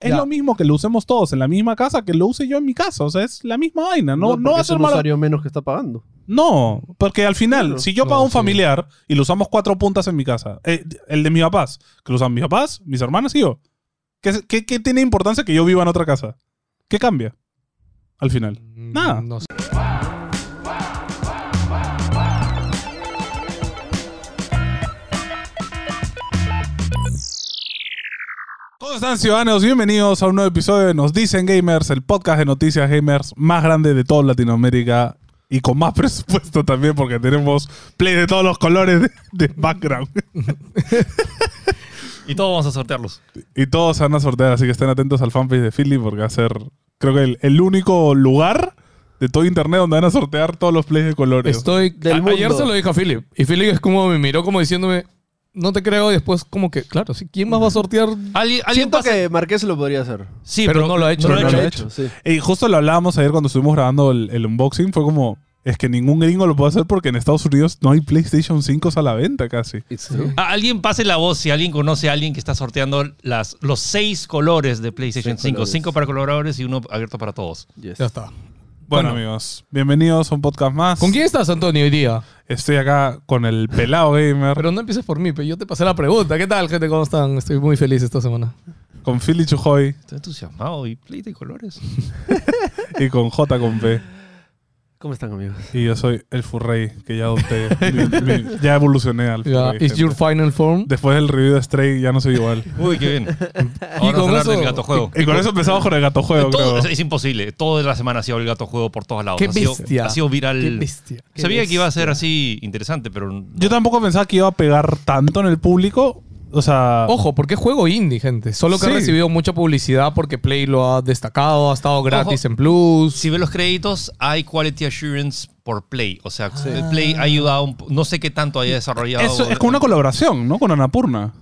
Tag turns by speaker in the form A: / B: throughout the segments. A: Es
B: Ya.
A: lo mismo que lo usemos todos en la misma casa que lo use yo en mi casa. O sea, es la misma vaina. No, no,
B: porque
A: va a
B: es
A: ser
B: un
A: malo.
B: usuario menos que está pagando.
A: No, porque al final,
B: Claro.
A: si yo
B: No,
A: pago a un
B: sí.
A: familiar y lo usamos cuatro puntas en mi casa, eh, el de mis papás, que lo usan mis papás, mis hermanas y yo, ¿qué, es- qué- qué tiene importancia que yo viva en otra casa? ¿Qué cambia? Al final. Nada.
C: Mm, No sé.
A: ¿Cómo están, ciudadanos? Bienvenidos a un nuevo episodio de Nos Dicen Gamers, el podcast de noticias gamers más grande de toda Latinoamérica y con más presupuesto también, porque tenemos play de todos los colores de- de background.
C: Y todos vamos a sortearlos.
A: Y todos se van a sortear, así que estén atentos al fanpage de Philly porque va a ser, creo que el, el único lugar de todo internet donde van a sortear todos los plays de colores.
C: Estoy.
B: Del
C: a- Ayer
B: mundo.
C: se lo dije a Philip. Y Philip es como me miró como diciéndome. No te creo. Y después, como que, claro, sí, ¿quién más va a sortear?
D: Alguien, alguien
B: Siento
D: pasa-
B: que Marqués lo podría hacer.
D: Sí, pero, no lo ha hecho.
A: no
B: Pero
A: lo ha
B: no
A: hecho.
B: sí.
A: Y justo lo hablábamos ayer cuando estuvimos grabando el, el unboxing, fue como, es que ningún gringo lo puede hacer porque en Estados Unidos no hay PlayStation 5 a la venta casi.
B: It's true.
D: A- Ah, alguien pase la voz si alguien conoce a alguien que está sorteando las, los seis colores de PlayStation
B: Seis
D: 5.
B: colores.
D: Cinco para colaboradores y uno abierto para todos.
B: Yes.
C: Ya está.
A: Bueno,
C: Bueno.
A: amigos, bienvenidos a un podcast más.
C: ¿Con quién estás, Antonio, hoy día?
A: Estoy acá con el pelado gamer,
C: Pero no empieces por mí, pero yo te pasé la pregunta. ¿Qué tal, gente? ¿Cómo están? Estoy muy feliz esta semana.
A: con Philly Chujoy
D: Estoy entusiasmado y play de colores.
A: y con J con P.
B: ¿Cómo están, amigos?
A: Y yo soy el Furrey, que ya adopté, mi- mi- ya evolucioné al
C: Ya,
A: Furrey,
C: is
A: gente.
C: your final form?
A: Después del review de Stray ya no soy igual.
D: Uy, qué bien.
C: Y
D: Ahora
C: con
D: vamos a hablar
C: eso-
D: del gato juego.
A: Y con eso empezamos con el gato juego,
D: Todo-
A: creo.
D: es, es imposible. Toda la semana ha sido el gato juego por todos lados.
C: Qué
D: ha, sido,
C: bestia.
D: ha sido viral.
C: Qué bestia. qué
D: Sabía que iba a ser
C: bestia.
D: así interesante, pero no.
A: Yo tampoco pensaba que iba a pegar tanto en el público. O sea,
C: Ojo, porque es juego indie, gente. Solo que
A: Sí.
C: ha recibido mucha publicidad porque Play lo ha destacado, ha estado gratis en Plus.
D: si ves los créditos, hay quality assurance por Play. O sea, Play ha ayudado. un po- no sé qué tanto haya desarrollado.
A: eso es como una colaboración, ¿no? Con Anapurna.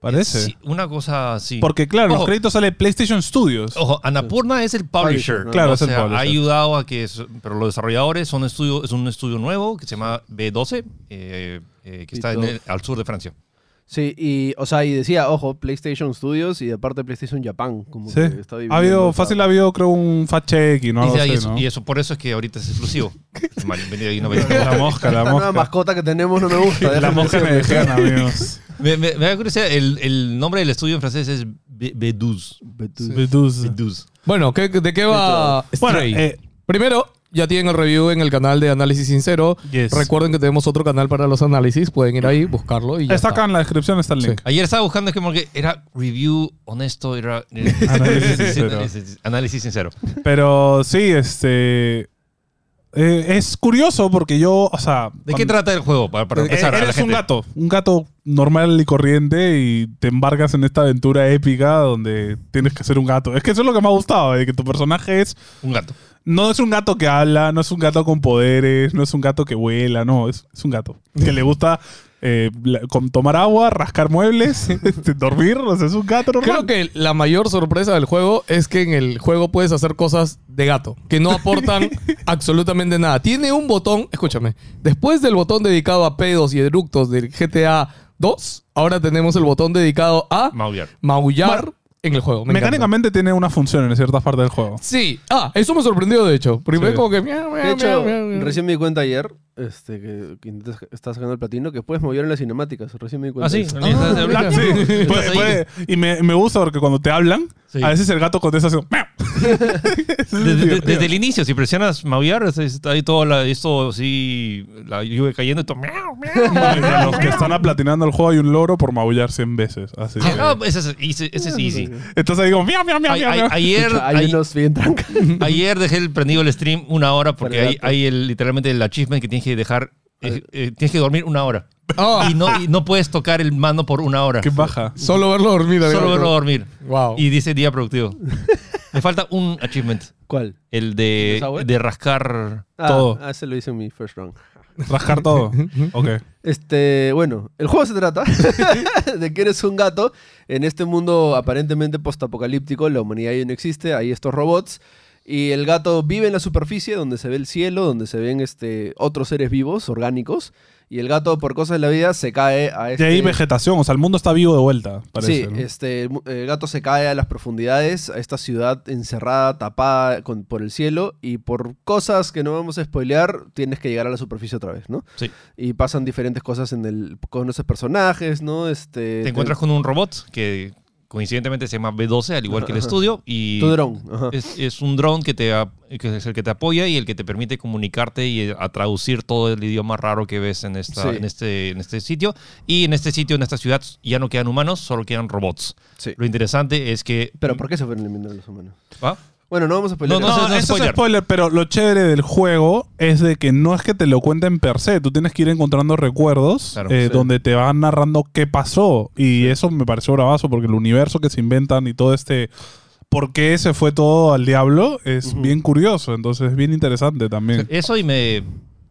A: Parece.
D: Sí, una cosa así.
A: Porque, claro, en los
D: Ojo.
A: créditos sale PlayStation Studios.
D: Ojo, Anapurna es el
B: Publisher,
D: publisher.
B: ¿no?
A: Claro,
D: O
A: es el
D: sea,
A: publisher.
D: Ha ayudado a que. es- Pero los desarrolladores son estudio, es un estudio nuevo que se llama B12, eh, eh, que está en el- al sur de Francia.
B: Sí, y, o sea, y decía, ojo, PlayStation Studios y de parte PlayStation Japan. Como
A: Sí.
B: que está dividiendo,
A: Ha habido,
B: o sea,
A: fácil ha habido, creo, un fact check y no
D: y,
A: algo
D: de ahí
A: así,
D: eso,
A: ¿no?
D: y eso, por eso es que ahorita es exclusivo. Mal, venía ahí, no me-
A: La mosca, la
B: Esta nueva
A: mosca.
B: mascota que tenemos no me gusta.
A: La
B: déjame
A: mosca me
B: decirlo.
A: dejan, amigos.
D: me, me- me da curiosidad, el, el nombre del estudio en francés es B- B12.
A: Beduz.
D: B12.
C: Bueno, ¿qué- ¿de qué va
A: Bueno,
C: Stray?
A: eh,
C: Primero, ya tienen el review en el canal de Análisis Sincero.
A: Yes.
C: Recuerden que tenemos otro canal para los análisis. Pueden ir ahí, buscarlo y ya
A: está acá en la descripción, está el
C: Sí.
A: link.
D: Ayer estaba buscando, es que como que era review honesto, era.
A: Análisis sincero.
D: Análisis sincero.
A: Pero sí, este. eh, es curioso porque yo, o sea.
D: ¿De qué
A: cuando-
D: trata el juego? Para, para
A: Eh,
D: empezar, a la
A: eres un
D: gente.
A: gato, un gato normal y corriente y te embarcas en esta aventura épica donde tienes que ser un gato. Es que eso es lo que me ha gustado, de que tu personaje es
D: Un gato.
A: no es un gato que habla, no es un gato con poderes, no es un gato que vuela, no, es, es un gato que le gusta eh, la- com- tomar agua, rascar muebles, este, dormir, o sea, es un gato normal.
C: Creo que la mayor sorpresa del juego es que en el juego puedes hacer cosas de gato, que no aportan absolutamente nada. Tiene un botón, escúchame, después del botón dedicado a pedos y eructos del GTA 2, ahora tenemos el botón dedicado a
D: Maullar.
C: maullar en el juego. Me encanta.
A: Mecánicamente tiene una función en ciertas partes del juego.
C: Sí. Ah, eso me sorprendió, de hecho. Primero
A: Sí.
C: como que... miau, miau,
B: De hecho,
C: miau, miau.
B: recién me di cuenta ayer, este, que, que intentas- estás sacando el platino, que puedes mover en las cinemáticas. Recién me di cuenta.
D: Ah, sí.
B: de eso.
D: Estás en blanco.
A: Sí,
D: Estás
A: puede-
D: ahí.
A: puede- y me, me gusta porque cuando te hablan,
D: Sí.
A: a veces el gato contesta así. "Meow".
D: Desde, desde-
A: divertido.
D: desde el inicio, si presionas maullar, es- está ahí todo la, esto así, la lluvia cayendo y todo. miau, miau, miau.
A: Para los que están aplatinando el juego hay un loro por maullar 100 veces. Así que-
D: Ah, ese, es- ese- ese es easy.
A: Entonces digo, mira, mira, mira,
D: Ay- ay-
A: mira.
D: ayer,
B: Escucha, hay
D: ay-
B: unos bien tranca.
D: ayer dejé el prendido el stream una hora porque
B: Para el
D: hay,
B: gato.
D: hay el, literalmente el achievement que tienes que dejar. eh, eh, tienes que dormir una hora.
C: Ah,
D: Y no, y no puedes tocar el mando por una hora.
A: Qué baja.
C: solo verlo dormir.
D: Solo
C: amigo.
D: verlo dormir.
C: Wow.
D: Y dice día productivo. Me falta un achievement.
B: ¿Cuál?
D: El
B: ¿El
D: de,
B: sour?
D: de rascar.
B: Ah,
A: Todo.
B: Ah, ese lo hice en mi first round.
A: Rascar todo. Ok.
B: Este, bueno, el juego se trata de que eres un gato en este mundo aparentemente postapocalíptico, la humanidad ya no existe, hay estos robots y el gato vive en la superficie donde se ve el cielo, donde se ven este otros seres vivos orgánicos y el gato, por cosas de la vida, se cae a
A: Y
B: este...
A: ahí vegetación, o sea, el mundo está vivo de vuelta, parece.
B: sí,
A: ¿no?
B: este, el, mu- el gato se cae a las profundidades, a esta ciudad encerrada, tapada con- por el cielo, y por cosas que no vamos a spoilear, tienes que llegar a la superficie otra vez, ¿no?
D: Sí.
B: Y pasan diferentes cosas en el, con esos personajes, ¿no? Este,
D: Te encuentras con un robot que coincidentemente se llama B12, al igual que el
B: Ajá.
D: estudio. Y
B: tu dron. ajá.
D: Es, es un dron que, te, a- que es el que te apoya y el que te permite comunicarte y eh, a traducir todo el idioma raro que ves en, esta,
B: Sí.
D: en, este, en este sitio. Y en este sitio, en esta ciudad, ya no quedan humanos, solo quedan robots.
B: Sí.
D: Lo interesante es que...
B: Pero ¿por qué se fueron eliminando los humanos?
D: ¿Ah?
B: Bueno, no vamos a spoilear.
D: No,
A: No,
D: eso es
A: eso
D: spoiler.
A: es spoiler, pero lo chévere del juego es de que no es que te lo cuenten per se, tú tienes que ir encontrando recuerdos
D: Claro,
A: eh,
B: sí.
A: donde te van narrando qué pasó. Y eso me pareció bravazo porque el universo que se inventan y todo este por qué se fue todo al diablo es bien curioso, entonces es bien interesante también.
D: Eso y me...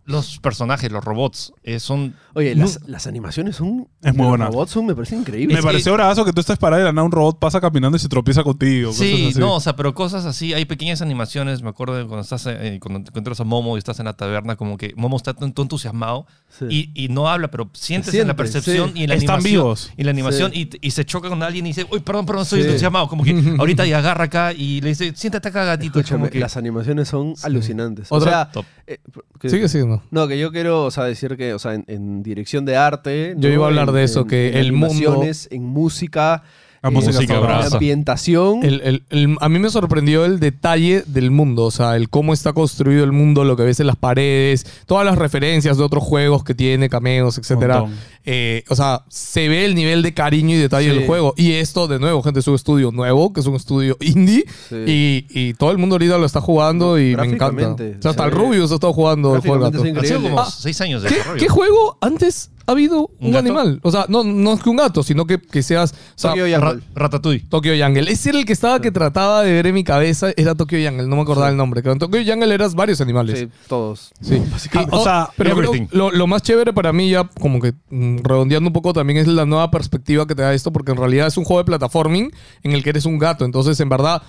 D: Los personajes, los robots, eh, son...
B: Oye,
D: No.
B: las, las animaciones son...
A: Es muy
B: de
A: buena.
B: Los robots son, me parece increíble.
A: me pareció bravazo que tú estás parado y de la nada un robot pasa caminando y se tropieza contigo.
D: Sí,
A: cosas así.
D: no, o sea, pero cosas así, hay pequeñas animaciones, me acuerdo de cuando estás eh, cuando te encuentras a Momo y estás en la taberna, como que Momo está tan tan entusiasmado
B: Sí.
D: y, y no habla, pero sientes
B: siente,
D: en la percepción
B: sí.
D: y en la
A: Están
D: animación.
A: vivos.
D: Y en la animación y, y se choca con alguien y dice, uy, perdón, perdón, estoy entusiasmado. Como que ahorita y agarra acá y le dice, siéntate acá, gatito. Es
B: Escúchame,
D: como que-
B: las animaciones son alucinantes.
C: Otra-
B: o
D: Top.
B: sea, eh, que-
C: Sigue siendo.
B: No, que yo quiero, o sea, decir que, o sea, en, en dirección de arte.
C: Yo
B: ¿no?
C: iba a hablar
B: En-
C: de eso,
B: en-
C: que
B: en
C: el mundo-
B: animaciones, En música.
A: La
B: en-
A: música
D: Música
A: está brava.
B: en
D: brasa.
B: ambientación.
C: El- el- el- a mí me sorprendió el detalle del mundo, o sea, el cómo está construido el mundo, lo que ves en las paredes, todas las referencias de otros juegos que tiene, cameos, etcétera.
A: Montón.
C: Eh, o sea, se ve el nivel de cariño y detalle
B: Sí.
C: del juego. Y esto, de nuevo, gente, es un estudio nuevo, que es un estudio indie,
B: Sí.
C: y, y todo el mundo ahorita lo está jugando y me encanta. O
B: Gráficamente,
C: sea, hasta el
B: sí.
C: Rubius ha estado jugando el juego del
B: Gráficamente
C: gato.
B: es
D: Han sido
B: increíble.
D: como
C: Ah,
D: seis años de
C: ¿Qué,
D: desarrollo.
C: qué juego antes ha habido
D: ¿Un
C: un,
D: gato?
C: animal? O sea, no, no es que un gato, sino que, que seas... o sea,
B: Tokyo
D: Ra-
B: Jungle.
D: Ratatouille.
C: Tokyo Jungle. Ese era el que estaba que trataba de ver en mi cabeza. Era Tokyo Jungle. No me acordaba el nombre. Pero en Tokyo Jungle eras varios animales.
B: Sí, todos.
C: Sí.
A: Básicamente.
C: Y-
A: O sea,
C: pero creo
D: everything.
C: lo, lo más chévere para mí, ya como que mm, redondeando un poco también, es la nueva perspectiva que te da esto, porque en realidad es un juego de platforming en el que eres un gato. Entonces, en verdad,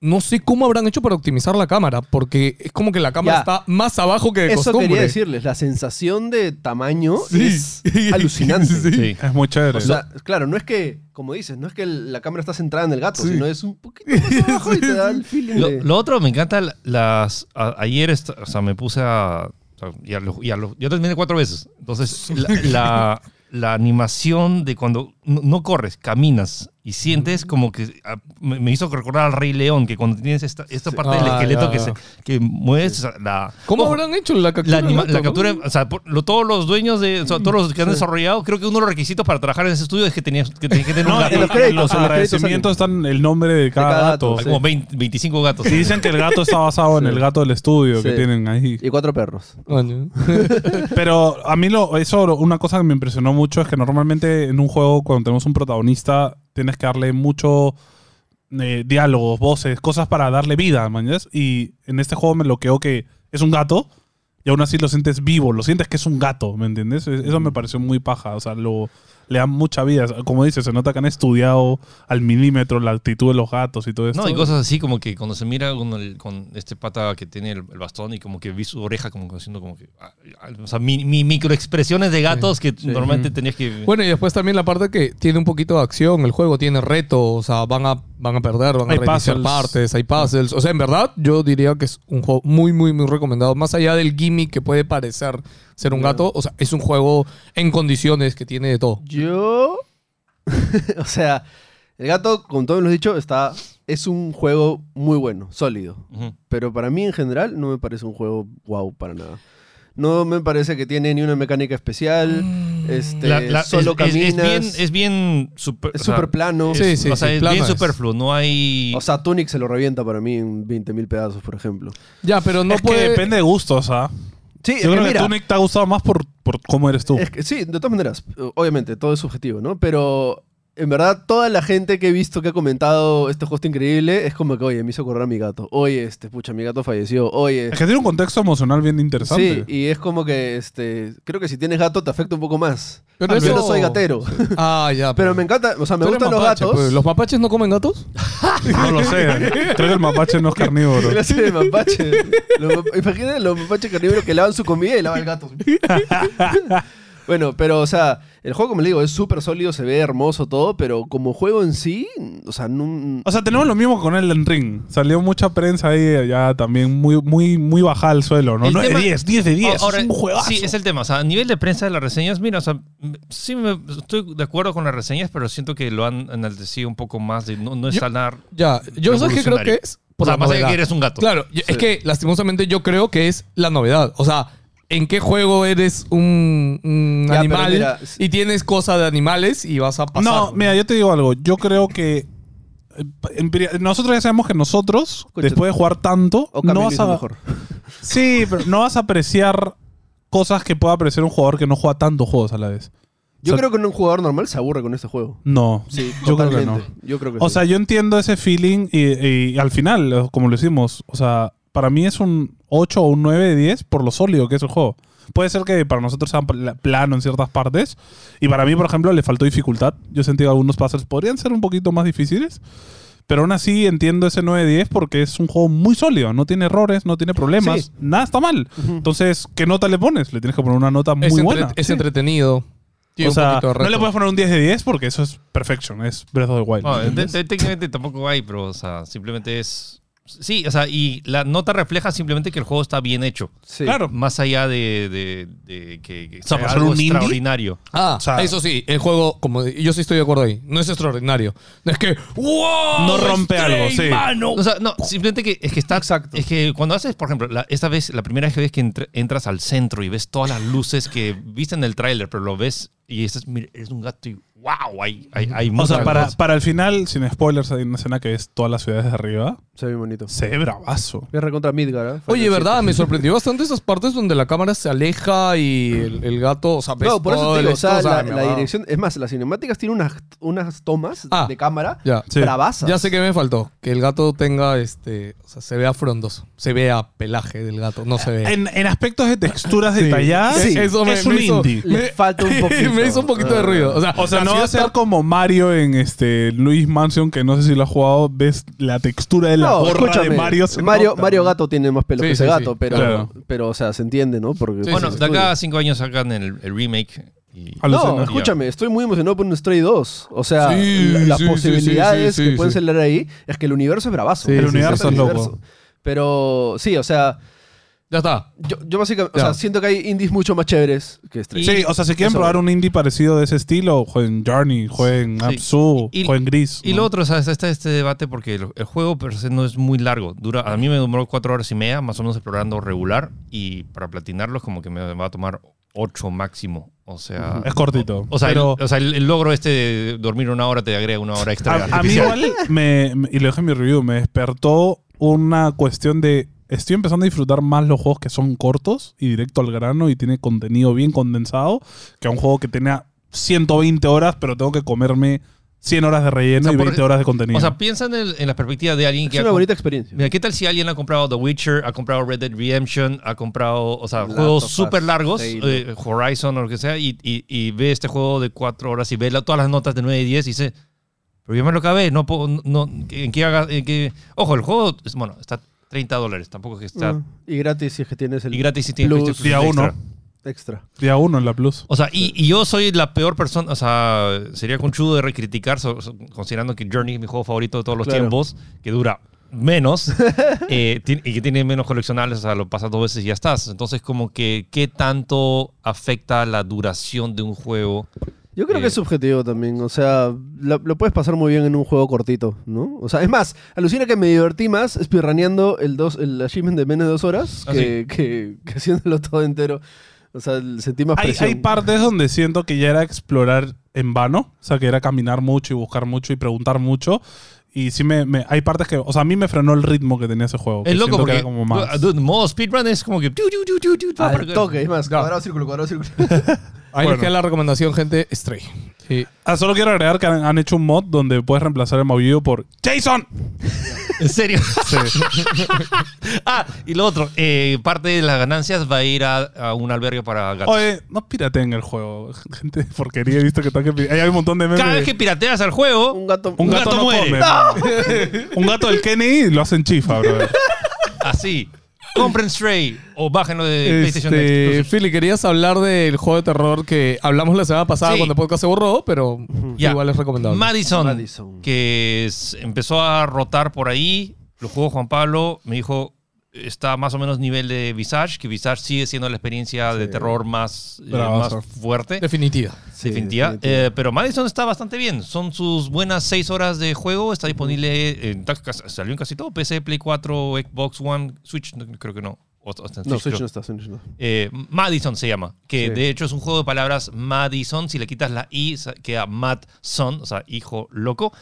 C: no sé cómo habrán hecho para optimizar la cámara, porque es como que la cámara
B: Ya.
C: está más abajo que de
B: Eso
C: costumbre.
B: quería decirles, la sensación de tamaño
C: Sí.
B: es alucinante.
D: Sí.
A: Es muy chévere.
B: O sea, claro, no es que, como dices, no es que la cámara está centrada en el gato, sino es un poquito más abajo y te da el feeling
D: Lo,
B: de...
D: lo otro, me encanta la- las... a- ayer, est- o sea, me puse a... o sea, ya lo- ya lo- yo terminé cuatro veces. Entonces, la, la- la animación de cuando no, no corres, caminas y sientes como que... ah, me, me hizo recordar al Rey León, que cuando tienes esta, esta parte del
C: Ah,
D: esqueleto
C: ya,
D: que,
C: ya.
D: se, que mueves, o sea, la...
C: ¿Cómo
D: Ojo,
C: habrán hecho la captura?
D: la, anima-
C: del
D: la
C: gato?
D: captura, o sea, por- lo- todos los dueños de, o sea, todos los que han desarrollado, creo que uno de los requisitos para trabajar en ese estudio es que tenías que, tenías que tener un
A: no,
D: gato.
A: en los créditos, en los
B: créditos
A: agradecimientos están el nombre de cada,
B: cada
A: gato.
B: gato,
D: Hay como 20 25 gatos.
A: Y dicen que el gato está basado en
B: Sí.
A: el gato del estudio que
B: Sí.
A: tienen ahí.
B: Y pues cuatro perros.
C: Bueno.
A: Pero a mí lo, eso, lo- una cosa que me impresionó mucho es que normalmente en un juego, cuando tenemos un protagonista, tienes que darle mucho eh, diálogos, voces, cosas para darle vida, mañas. Y en este juego me bloqueó que es un gato y aún así lo sientes vivo, lo sientes que es un gato, ¿me entiendes? Es- Eso me pareció muy paja, o sea, lo, le dan mucha vida. Como dices, se nota que han estudiado al milímetro la actitud de los gatos y todo eso.
D: No, y cosas así como que cuando se mira con, el- con este pata que tiene el, el bastón y como que vi su oreja como que haciendo como que... ah, ah, O sea, mi, mi- microexpresiones de gatos que normalmente tenías que...
C: Bueno, y después también la parte que tiene un poquito de acción, el juego tiene retos, o sea, van a, van a perder, van
A: Hay
C: a reiniciar
A: puzzles.
C: partes,
B: Ah.
C: hay puzzles. O sea, en verdad, yo diría que es un juego muy, muy, muy recomendado. Más allá del gimmick que puede parecer ser un gato, o sea, es un juego en condiciones que tiene de todo.
B: Yo. o sea, el gato, como todos hemos dicho, está. Es un juego muy bueno, sólido.
D: Ujú.
B: Pero para mí en general no me parece un juego wow para nada. No me parece que tiene ni una mecánica especial. Este,
D: La- la-
B: solo
D: es, es- es
B: caminas. Es,
D: bien, es bien super, o sea,
B: súper plano.
D: es-
C: Sí, sí,
D: o sea,
C: sí,
D: es
C: plano
D: bien
C: es.
D: superfluo, no hay...
B: O sea, Tunic se lo revienta para mí en 20.000 pedazos, por ejemplo.
C: Ya, pero no
A: es
C: puede.
A: que depende de gustos, ¿ah?
B: Sí, es
A: Yo
B: que
A: creo que
B: mira,
A: tú, Nick, te ha gustado más por, por cómo eres tú.
B: Es que- sí, de todas maneras, obviamente, todo es subjetivo, ¿no? Pero en verdad, toda la gente que he visto que ha comentado este host increíble es como que, oye, me hizo correr a mi gato. Oye, este, pucha, mi gato falleció. Oye.
A: Es que tiene un contexto emocional bien
B: Sí,
A: interesante.
B: y es como que, este, creo que si tienes gato te afecta un poco más.
C: Pero
B: Yo
C: eso-
B: no soy gatero.
C: Ah, ya.
B: Pero me encanta, o sea, me
C: Tú eres
B: gustan los
C: mapache,
B: gatos.
C: pues. ¿Los mapaches no comen gatos?
A: No lo sé. Creo que el mapache no es carnívoro.
B: Clase de mapache. Los map- Imagina los mapaches carnívoros que lavan su comida y lavan el gato. Bueno, pero, o sea, el juego, como le digo, es súper sólido, se ve hermoso todo, pero como juego en sí, o sea, no...
A: O sea, tenemos lo mismo con Elden Ring. Salió mucha prensa ahí ya también muy, muy, muy bajada al suelo, ¿no?
D: El
A: No es
D: tema-
A: 10, 10 de 10.
D: Ahora,
A: es un juegazo.
D: Sí, es el tema. O sea, a nivel de prensa de las reseñas, mira, o sea, m- sí me- estoy de acuerdo con las reseñas, pero siento que lo han enaltecido un poco más. De, no, no es
C: Yo-
D: sanar.
C: Ya, yo sabes que creo que es
D: O sea,
C: la
D: más allá de que
C: novedad.
D: eres un gato.
C: Claro, yo- es que lastimosamente yo creo que es la novedad. O sea, ¿en qué juego eres un, un
B: Ya, pero
C: animal
B: mira,
C: y tienes cosa de animales y vas a pasar?
A: No, mira, yo te digo algo. Yo creo que. eh, en pri- Nosotros ya sabemos que nosotros,
B: Escúchate.
A: después de jugar tanto,
B: O
A: no
B: Camilo
A: vas
B: hizo
A: a.
B: mejor.
A: Sí, pero no vas a apreciar cosas que pueda apreciar un jugador que no juega tantos juegos a la vez.
B: Yo
A: O sea,
B: creo que un jugador normal se aburre con este juego.
A: No.
B: Sí,
A: yo creo que
B: totalmente.
A: no.
B: Yo creo que
A: O
B: sí.
A: sea, yo entiendo ese feeling y, y al final, eh, como lo hicimos, o sea, para mí es un 8 o un 9 de 10 por lo sólido que es el juego. Puede ser que para nosotros sea pla- plano en ciertas partes y para mí, por ejemplo, le faltó dificultad. Yo he sentido algunos pasos podrían ser un poquito más difíciles, pero aún así entiendo ese 9 de 10 porque es un juego muy sólido, no tiene errores, no tiene problemas,
B: Sí.
A: nada está mal. Entonces, ¿qué nota le pones? Le tienes que poner una nota muy
C: es, entre-
A: buena.
C: es
A: Sí.
C: entretenido. Tiene
A: o
C: un
A: sea,
C: poquito de
A: no le
C: reto.
A: puedes poner un 10 de 10 porque eso es perfection, es Breath of the Wild.
D: No,
A: ¿entiendes?
D: te- te- técnicamente tampoco hay, pero, o sea, simplemente es. Sí, o sea, y la nota refleja simplemente que el juego está bien hecho.
B: Sí.
A: claro.
D: Más allá de, de- de que, que
A: O sea,
D: sea
A: por ser
D: algo
A: un indie,
D: extraordinario.
C: Ah,
A: O sea-
C: eso sí, el juego, como yo sí estoy de acuerdo ahí, no es extraordinario. No es que, ¡wow!
A: No rompe
C: Stray,
A: algo, sí. Oh.
C: mano!
D: O sea, no, simplemente que es que está.
B: Exacto.
D: Es que cuando haces, por ejemplo, la- esta vez, la primera vez que entr- entras al centro y ves todas las luces que viste en el tráiler, pero lo ves y estás, mira, eres un gato y wow, hay, hay, hay
A: O
D: muchas
A: sea, para,
D: cosas.
A: para el final, sin spoilers, hay una escena que es todas las ciudades de arriba.
B: Se ve bonito.
A: Se ve bravazo.
B: Guerra contra Midgar, ¿eh?
C: Oye,
B: Final
C: verdad, me sorprendió bastante esas partes donde la cámara se aleja y el, el gato, o sea, ves
B: No, por eso
C: todo
B: te
C: el
B: digo, o sea,
C: esto, o
B: la,
C: sea, me
B: la
C: va.
B: dirección... Es más, las cinemáticas tienen unas, unas tomas
C: Ah,
B: de cámara
C: Ya.
A: Sí.
B: bravasas.
C: Ya sé que me faltó. Que el gato tenga este. O sea, se vea frondoso. Se vea pelaje del gato. No se vea.
A: En, en aspectos de texturas detalladas,
B: Sí.
A: eso Eh. es un indie.
B: Le falta un poquito.
C: me hizo un poquito de ruido. Ah. O sea,
A: O sea,
C: la
A: no va
C: ciudad
A: a ser
C: está-
A: como Mario en este Luis Mansion, que no sé si lo has jugado, ves la textura de la
B: No,
A: gorra
B: escúchame,
A: de Mario. se
B: Mario,
A: nota.
B: Mario Gato tiene más pelo
C: Sí,
B: que ese
C: sí, sí,
B: gato, pero,
A: claro.
B: pero, o sea, se entiende, ¿no? Porque, pues,
C: Sí,
D: Bueno,
C: sí,
D: de acá a cinco años sacan el, el remake. Y,
A: A los-
B: No,
A: Ya.
B: escúchame, estoy muy emocionado por un Stray 2. O sea,
C: Sí,
B: la- las
C: sí, sí,
B: posibilidades
C: sí, sí,
B: que
C: sí,
B: pueden
C: sí.
B: salir ahí es que el universo es bravazo.
C: Sí,
A: El
C: sí,
A: universo
C: sí,
A: es
C: sí.
A: loco.
B: Pero sí, o sea,
C: Ya está.
B: yo, yo básicamente, o
C: Ya.
B: sea, siento que hay indies mucho más chéveres que Stray.
A: Sí, o sea, si quieren
B: Eso.
A: probar un indie parecido de ese estilo, jueguen Journey, jueguen
D: Sí.
A: Absu,
D: Y- y-
A: jueguen Gris.
D: Y
A: ¿no?
D: lo otro, ¿sabes? Está este debate porque el, el juego per se no es muy largo. Dura, a mí me demoró cuatro horas y media, más o menos explorando regular. Y para platinarlo es como que me va a tomar ocho máximo. O sea.
A: Es cortito.
D: O sea,
A: pero-
D: el, o sea, el- el logro este de dormir una hora te agrega una hora extra.
A: A, a mí
D: artificial.
A: igual, me, me- y lo dije en mi review, me despertó una cuestión de... Estoy empezando a disfrutar más los juegos que son cortos y directo al grano y tiene contenido bien condensado que a un juego que tenía 120 horas, pero tengo que comerme 100 horas de relleno
D: O sea,
A: y
D: por-
A: 20 horas de contenido.
D: O sea, piensa en, el- en la perspectiva de alguien
B: Es
D: que. ha
B: una
D: com-
B: bonita experiencia.
D: Mira, ¿qué tal si alguien ha comprado The Witcher, ha comprado Red Dead Redemption, ha comprado, o sea,
B: Last
D: juegos
B: of Us,
D: súper largos,
B: Halo.
D: eh, Horizon o lo que sea, y, y- y ve este juego de cuatro horas y ve la- todas las notas de 9 y 10 y dice, pero yo me lo acabé, no puedo, no, ¿en qué haga? en qué-". Ojo, el juego, es- bueno, está 30 dólares, tampoco es que está...
B: Ah, y gratis si es que tienes el
D: Y gratis si tienes
B: Plus.
D: PlayStation
A: Día
D: Extra.
A: uno.
B: extra.
A: Día uno en la Plus.
D: O sea, y, y yo soy la peor persona, o sea, sería conchudo de recriticar, so- so- considerando que Journey es mi juego favorito de todos los
B: Claro.
D: tiempos, que dura menos eh, ti- y que tiene menos coleccionables, o sea, lo pasas dos veces y ya estás. Entonces, como que, ¿qué tanto afecta la duración de un juego?
B: Yo creo
D: Eh,
B: que es subjetivo también, o sea, la- lo puedes pasar muy bien en un juego cortito, ¿no? O sea, es más, alucina que me divertí más espirraneando el, dos, el achievement de menos de dos horas
D: Ah,
B: que, que- que haciéndolo todo entero. O sea, sentí más
A: Hay,
B: presión.
A: hay partes donde siento que ya era explorar en vano, o sea, que era caminar mucho y buscar mucho y preguntar mucho. Y sí me, me- hay partes que, o sea, a mí me frenó el ritmo que tenía ese juego.
D: Es
A: que siento
D: loco
A: que
D: porque
A: era como más-
D: dude, modo speedrun es como que... tiu, tiu, tiu, tiu, tiu,
B: Ah, Al
D: para-
B: toque, es más,
C: Ya.
B: cuadrado, círculo, cuadrado, círculo.
C: Ahí les
A: Bueno.
C: queda la recomendación, gente. Stray. Sí.
A: Ah, solo quiero agregar que han, han hecho un mod donde puedes reemplazar el maullido por Jason.
D: ¿En serio? ah, y lo otro, eh, parte de las ganancias va a ir a, a un albergue para gatos.
A: Oye, no pirateen el juego. Gente de porquería, he visto que están que pir- Ahí Hay un montón de memes.
D: Cada vez que pirateas al juego,
B: Un gato.
A: un gato,
D: gato
A: no
D: muere.
A: come. un gato del Kenny lo hacen chifa, bro.
D: así. compren Stray o bájenlo de PlayStation
C: Este,
D: Exclusive.
C: Philly, querías hablar del juego de terror que hablamos la semana pasada
D: Sí.
C: cuando el podcast se borró, pero
D: Ya.
C: igual es recomendable.
D: Madison,
B: Madison.
D: que es- empezó a rotar por ahí, lo jugó Juan Pablo, me dijo, está más o menos nivel de Visage, que Visage sigue siendo la experiencia de terror más, eh,
A: Bravazo.
D: más fuerte.
C: Definitiva.
B: Sí,
D: definitiva.
B: definitiva.
D: Eh, pero Madison está bastante bien. Son sus buenas 6 horas de juego. Está disponible en ta- cas- salió en casi todo. PC, Play 4, Xbox One, Switch, no, creo que no. O- o está en
B: No,
D: Switch, creo.
B: Switch no está, Switch no.
D: Eh, Madison se llama, que
B: Sí.
D: de hecho es un juego de palabras Madison, si le quitas la I sa- queda Madson, o sea, hijo loco.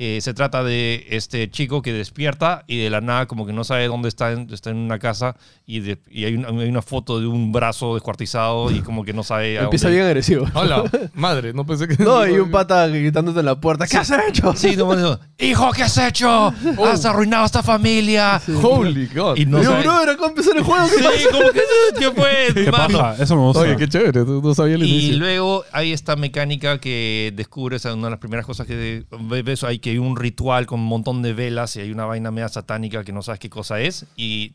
D: Eh, se trata de este chico que despierta y de la nada como que no sabe dónde está, en- está en una casa y, de- y hay, una, hay una foto de un brazo descuartizado y como que no sabe... a
B: Empieza
D: dónde-
B: bien agresivo.
C: Hola, madre, no pensé que.
B: No, y un pata gritándote en la puerta. ¿Qué has hecho?
D: Sí, no, no. hijo, ¿qué has hecho?
B: Oh.
D: Has arruinado a esta familia.
C: Holy God.
D: Y no
B: Yo,
D: sabe-
B: bro, era cómo empezó el juego. ¿Qué
D: Sí,
B: pasa?
D: como que, ¿qué fue?
A: ¿Qué
D: mano?
A: paja? Eso me gusta.
C: Oye, qué chévere, tú no sabía el
D: Y
C: inicio.
D: luego hay esta mecánica que descubres, una de las primeras cosas que ve- ves, hay que hay un ritual con un montón de velas y hay una vaina media satánica que no sabes qué cosa es y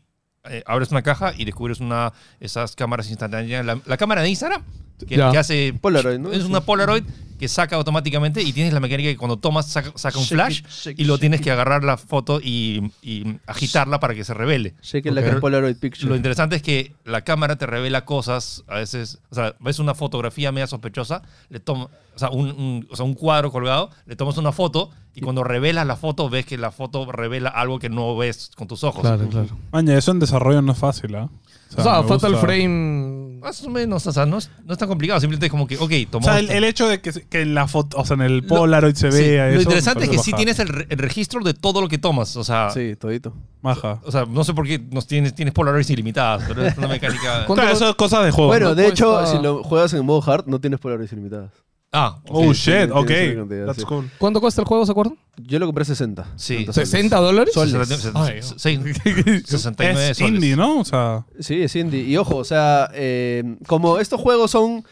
D: eh, abres una caja y descubres una esas cámaras instantáneas, la, la cámara de Instagram que,
C: Ya.
D: que hace
B: Polaroid, ¿no?
D: es una Polaroid que saca automáticamente y tienes la mecánica que cuando tomas saca, saca un
B: Shake
D: flash
B: it, shake
D: y lo
B: it,
D: tienes que agarrar la foto y, y agitarla para que se revele.
B: Shake it like
D: Pero-
B: a Polaroid
D: lo
B: picture.
D: interesante es que la cámara te revela cosas, a veces, o sea, ves una fotografía media sospechosa, le toma, o, sea, un, un- o sea, un cuadro colgado, le tomas una foto y cuando revelas la foto ves que la foto revela algo que no ves con tus ojos.
C: Claro, claro.
A: Maña, eso en desarrollo no es fácil, ¿ah?
C: O sea,
A: me
C: Fatal
A: gusta.
C: Frame.
D: Más o menos, o sea, no es, no es tan complicado, simplemente es como que, ok,
A: O
D: tomamos...
A: sea, el, el hecho de que, se- que en la foto, o sea, en el Polaroid se
D: Sí,
A: vea.
D: lo
A: eso
D: interesante
A: me
D: es que
A: parece
D: sí
A: baja.
D: tienes el, re- el registro de todo lo que tomas, o sea,
B: Sí, todito.
A: Maja.
D: o sea, no sé por qué nos tienes, tienes Polaroids ilimitadas, pero es una mecánica...
C: ¿Cuánto-
A: Claro, eso es cosa de juego.
B: Bueno,
C: no
B: de hecho,
C: cuesta-
B: si lo juegas en modo hard, no tienes Polaroids ilimitadas.
D: Ah,
A: oh,
B: sí,
A: shit,
B: sí,
A: ok.
B: tienes una cantidad,
A: That's
B: sí.
A: cool.
C: ¿Cuánto cuesta el juego, se acuerdan?
B: Yo lo compré a 60.
D: Sí.
B: 60 soles.
C: ¿60 dólares?
B: Soles.
C: Ay,
D: 69
A: oh. Es
D: soles.
A: indie, ¿no? O sea,
B: Sí, es indie. Y ojo, o sea, eh, como estos juegos son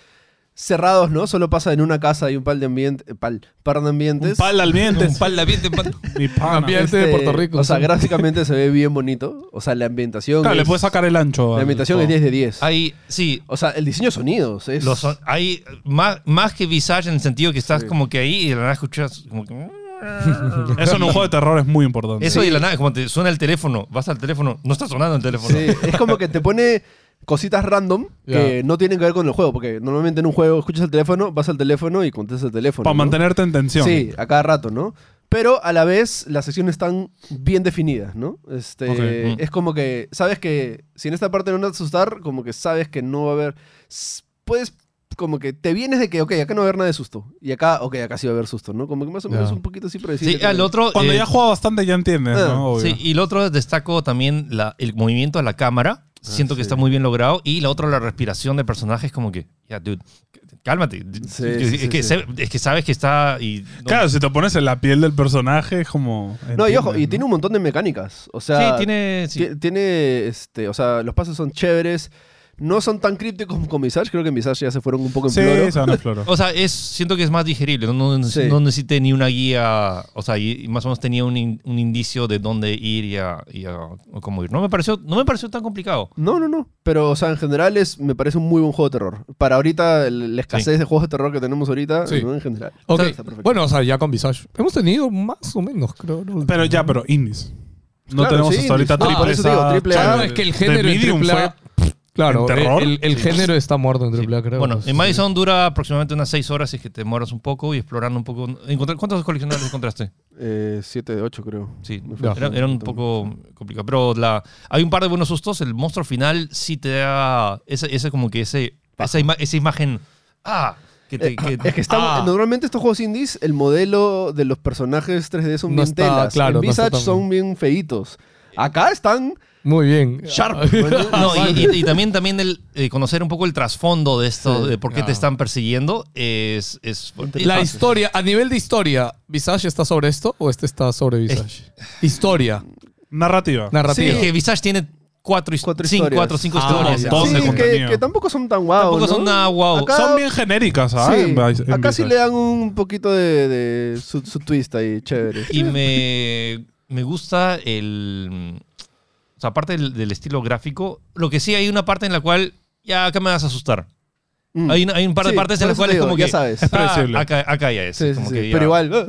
B: cerrados, ¿no? Solo pasa en una casa y un par de, ambiente, eh, pal, par de
A: un
B: ambientes. Este,
A: pal de almientes.
D: Un pal de ambiente, un pal-
A: Mi pana.
C: Ambiente. de Puerto Rico,
B: O sea,
C: sí.
B: gráficamente se ve bien bonito. O sea, la ambientación.
A: Claro, le
B: es-
A: puedes sacar el ancho.
B: La
A: al
B: ambientación
A: juego.
B: es 10 de 10.
D: Hay, sí,
B: O sea, el diseño de sonidos es.
D: los, son- hay más, más que visage en el sentido que estás
B: Sí.
D: como que ahí y de la nada escuchas como que-
A: Eso en un juego de terror es muy importante.
D: Eso y de la nada, como te suena el teléfono, vas al teléfono, no está sonando el teléfono.
B: Sí, es como que te pone cositas random que no tienen que ver con el juego. Porque normalmente en un juego escuchas el teléfono, vas al teléfono y contestas el teléfono.
A: Para
B: ¿no?
A: mantenerte en tensión.
B: Sí, a cada rato, ¿no? Pero a la vez las sesiones están bien definidas, ¿no? Este,
A: Ok.
D: Mm.
B: Es como que sabes que si en esta parte no te vas a asustar, como que sabes que no va a haber... s- Puedes, como que te vienes de que, ok, acá no va a haber nada de susto. Y acá, ok, acá sí va a haber susto, ¿no? Como que más o menos
C: Ya.
B: un poquito así
D: Sí,
B: predecible.
D: al otro.
A: Cuando
D: eh,
A: ya has jugado bastante ya entiendes,
B: Ah,
A: ¿no? Obvio.
D: sí, y el otro destaco también la- el movimiento de la cámara.
B: Ah,
D: Siento que está muy bien logrado. Y la otra, la respiración del personaje es como que, ya, dude, cálmate.
B: Sí,
D: es,
B: sí, sí,
D: que,
B: sí.
D: se- es que sabes que está. Y, no-
A: Claro, si te pones en la piel del personaje es como...
B: No, y ojo,
A: entiendes,
B: y
A: ¿no?
B: tiene un montón de mecánicas. O sea,
D: Sí, tiene. sí.
B: Ti- Tiene, este, o sea, los pasos son chéveres. No son tan crípticos como Visage. Creo que en Visage ya se fueron un poco en floro.
A: Sí, se van a floro.
D: O sea, es, siento que es más digerible. No, no,
B: Sí.
D: no necesité ni una guía. O sea, y y más o menos tenía un, in- un indicio de dónde ir y, a, y a- o cómo ir. No me, pareció, no me pareció tan complicado.
B: No, no, no. Pero, o sea, en general es, me parece un muy buen juego de terror. Para ahorita, el- la escasez de juegos de terror que tenemos ahorita,
C: Sí.
B: ¿no? en general.
C: Ok.
B: Está perfecto.
C: Bueno, o sea, ya con Visage. Hemos tenido más o menos, creo. ¿no?
A: Pero ya, pero indies. No
B: Claro,
A: tenemos
B: sí,
A: hasta ahorita
B: indies.
C: Ah,
A: triple
C: por
B: eso digo,
A: A,
B: triple
A: chale,
B: A.
C: Claro, es que el
A: de
C: género en
A: Medium
C: AAA,
A: fue-
C: Claro,
A: ¿En terror?
C: El, el género está muerto en AAA,
B: pues
C: creo.
D: Bueno,
C: Sí.
D: en Madison dura aproximadamente unas 6 horas y es que te demoras un poco y explorando un poco. Encontrar, ¿Cuántos coleccionables encontraste?
B: Eh, 7 de 8, creo.
D: Sí,
C: Ya.
D: era, era un poco complicado. Pero la, hay un par de buenos sustos. El monstruo final sí te da ese, ese como que ese, esa, ima- esa imagen. ¡Ah! Que te,
B: Eh, es que está,
D: ah.
B: normalmente estos juegos indies, el modelo de los personajes 3D son
C: No
B: bien
C: está,
B: telas.
C: claro,
B: en
C: no está
B: Visage
C: tan-
B: son bien feitos. Acá están
C: Muy bien.
B: sharp.
D: No, y, y- y también, también el, eh, conocer un poco el trasfondo de esto,
B: Sí.
D: de por qué
C: Ah.
D: te están persiguiendo, es... es
C: La
D: es-
C: historia, a nivel de historia, ¿Visage está sobre esto o este está sobre Visage? Historia,
A: Narrativa.
C: narrativa.
D: es que Visage tiene cuatro, his-
B: Cuatro
D: cinco,
B: historias.
D: cuatro, cinco
C: Ah,
D: historias.
C: ya.
A: Doce
B: sí,
D: Entonces,
B: que,
A: contenido.
B: que tampoco son tan guau. ¿no?
D: Tampoco son nada guau.
B: Acá-
A: Son bien genéricas, ¿ah?
B: Sí.
A: En Vice- en
B: Acá sí
A: Visage.
B: le dan un poquito de, de su, su twist ahí, chévere.
D: y me, me gusta el... sea, aparte del, del estilo gráfico, lo que sí hay una parte en la cual ya acá me vas a asustar.
B: Mm.
D: Hay, una- hay un par de
B: Sí,
D: partes en
B: por
D: las
B: eso
D: cuales
B: te digo,
D: como
B: ya
D: que...
B: sabes.
D: ah,
A: Predecible.
D: acá, acá ya es.
B: Sí, sí,
D: como
B: sí,
D: que ya-
B: Pero igual.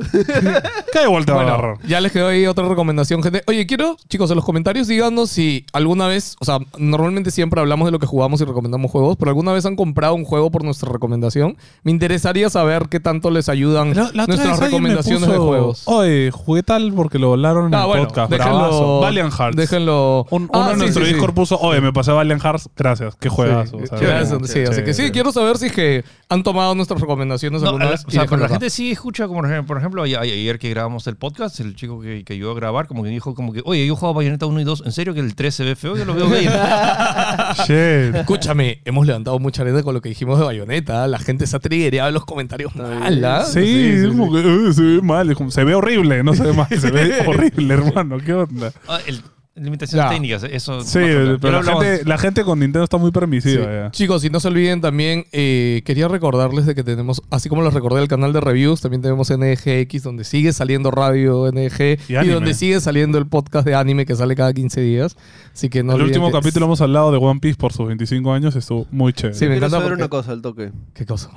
A: Cae igual te va a
C: Bueno,
A: agarrar.
C: ya les quedó ahí otra recomendación, gente. Oye, quiero, chicos, en los comentarios díganos si alguna vez, o sea, normalmente siempre hablamos de lo que jugamos y recomendamos juegos, pero alguna vez han comprado un juego por nuestra recomendación. Me interesaría saber qué tanto les ayudan
A: La- la otra
C: nuestras
A: vez alguien me
C: recomendaciones de
A: puso,
C: juegos.
A: Oye, jugué tal porque lo volaron en
C: Ah,
A: el
C: bueno,
A: podcast.
C: déjenlo.
A: Bravazo. Valiant Hearts.
C: Déjenlo.
A: Un- uno
C: Ah,
A: en
C: sí,
A: nuestro
C: sí, sí.
A: Discord puso, oye, me pasé Valiant Hearts. Gracias. Qué juegas.
C: Sí, gracias, sí, así que sí, eh, quiero saber si es que han tomado nuestras recomendaciones
D: No,
C: alguna
D: a la-
C: vez.
D: o
C: y
D: sea, pero
C: déjenlo
D: la
C: acá.
D: gente sí escucha, como por ejemplo, por ejemplo, ayer, ayer que grabamos el podcast, el chico que, que ayudó a grabar, como que dijo como que, oye, yo jugaba Bayonetta 1 y 2, ¿en serio que el 3 se ve feo? Yo lo veo Ah, bien.
A: Shit.
C: Escúchame, hemos levantado mucha arena con lo que dijimos de Bayonetta. La gente se ha triggereado en los comentarios mal, ¿ah?
A: Sí, es como que, "Uy, se ve mal. es como- se ve horrible. No se ve mal. Se ve horrible, hermano. ¿Qué onda?
D: Ah, el- limitaciones
C: Ya.
D: técnicas, eso.
A: Sí,
D: más o menos. Ya
A: pero
D: lo
A: la
D: hablamos.
A: gente, la gente con Nintendo está muy
C: Sí.
A: permisiva. ya.
C: Chicos, y no se olviden también, eh, quería recordarles de que tenemos, así como los recordé el canal de reviews, también tenemos NGX, donde sigue saliendo radio NG
A: Y
C: y,
A: anime.
C: donde sigue saliendo el podcast de anime que sale cada 15 días. Así que no
A: el
C: olviden
A: último
C: que-
A: capítulo hemos hablado de One Piece por sus 25 años. Estuvo muy chévere.
C: Sí, me
B: Quiero
C: encanta.
B: saber
C: porque-
B: una cosa al toque.
C: ¿Qué cosa?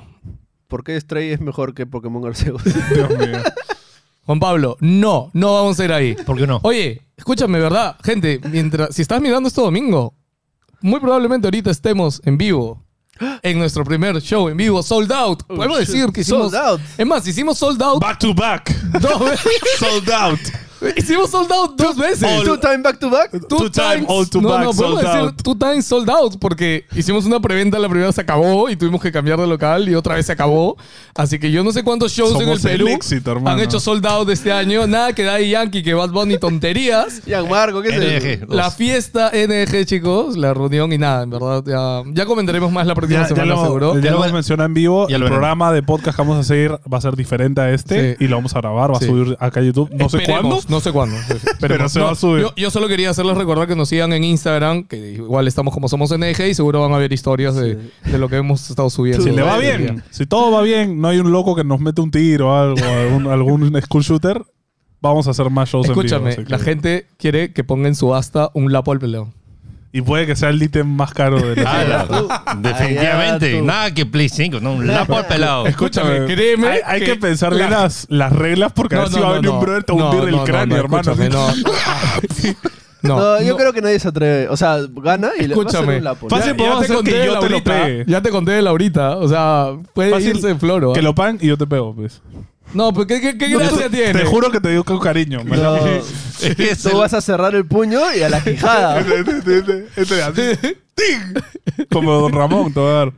B: ¿Por qué Stray es mejor que Pokémon Arceus?
A: Dios mío.
C: Juan Pablo, no, no vamos a ir ahí.
D: ¿Por qué no?
C: Oye, escúchame, ¿verdad? Gente, mientras, si estás mirando esto domingo, muy probablemente ahorita estemos en vivo. En nuestro primer show en vivo, sold out.
A: Oh,
C: Podemos
B: shit.
C: decir que hicimos.
B: Sold out.
C: Es más, hicimos sold out
A: Back to back.
C: dos veces.
A: Sold out.
C: hicimos sold out dos veces.
B: ¿Two time back to back?
C: Two
A: Two time, all to
C: no,
A: back,
C: no, podemos
A: sold
C: decir
A: out.
C: two times sold out porque hicimos una preventa, la primera se acabó y tuvimos que cambiar de local y otra vez se acabó. Así que yo no sé cuántos shows en el
A: Somos el
C: Perú
A: éxito, hermano.
C: han hecho sold out este año. Nada que Daddy Yankee, que Bad Bunny, tonterías.
B: Y Marco, ¿qué es
D: NG,
B: eso?
D: dos.
C: La fiesta NG, chicos, la reunión y nada, en verdad. Ya, ya comentaremos más la próxima
A: Ya, ya
C: semana,
A: lo,
C: seguro.
A: ya lo
D: Ya lo
A: hemos
D: ven-
A: mencionado en vivo.
D: ya
A: El
D: lo verán.
A: programa de podcast que vamos a seguir va a ser diferente a este
C: Sí.
A: y lo vamos a grabar. Va a
C: Sí.
A: subir acá a YouTube. No sé
C: Esperemos,
A: cuándo.
C: No sé cuándo. sí, sí. Esperemos.
A: Pero se va
C: No,
A: a subir.
C: Yo, yo solo quería hacerles recordar que nos sigan en Instagram, que igual estamos como somos NG y seguro van a ver historias de, de lo que hemos estado subiendo.
A: Si le va
B: Ay,
A: bien, si todo va bien, no hay un loco que nos mete un tiro o algo, algún, algún school shooter, vamos a hacer más shows
C: Escúchame,
A: en vivo. así
C: la
A: que-
C: gente quiere que ponga en subasta un lapo al peleón.
A: Y puede que sea el ítem más caro de
C: Ah,
A: Ah, la
D: Ala,
A: Ah,
D: definitivamente.
B: Allá tú.
D: Nada que Play 5, no, un lapo al pelado.
C: Escúchame, créeme
A: Hay, hay que,
C: que
A: pensar bien
C: la-
A: las, las reglas porque a ver si va a venir un brother te va a
C: no,
A: hundir
C: no,
A: el cráneo,
C: no,
A: hermano.
C: escúchame, No,
B: No,
C: No,
B: yo
C: no.
B: creo que nadie se atreve. O sea, gana y le va a hacer
C: Escúchame.
B: un lapo.
A: Fácil,
C: Ya-
A: podemos
C: ya te
A: hacer
C: conté
A: que
C: de
A: yo te lo
C: Laurita,
A: pegue.
C: Ya te conté de Laurita. O sea, puede
A: Fácil
C: irse de floro. ¿ah?
A: Que lo paguen y yo te pego, pues.
C: No, pero ¿qué, qué, qué
A: No,
C: gracia
A: tú-
C: tiene?
A: Te juro que te digo con cariño. me la-
B: No.
D: Es que es
B: Tú
D: el-
B: vas a cerrar el puño y a la quijada.
A: Este así. ¡Ting! Como Don Ramón, te voy a dar.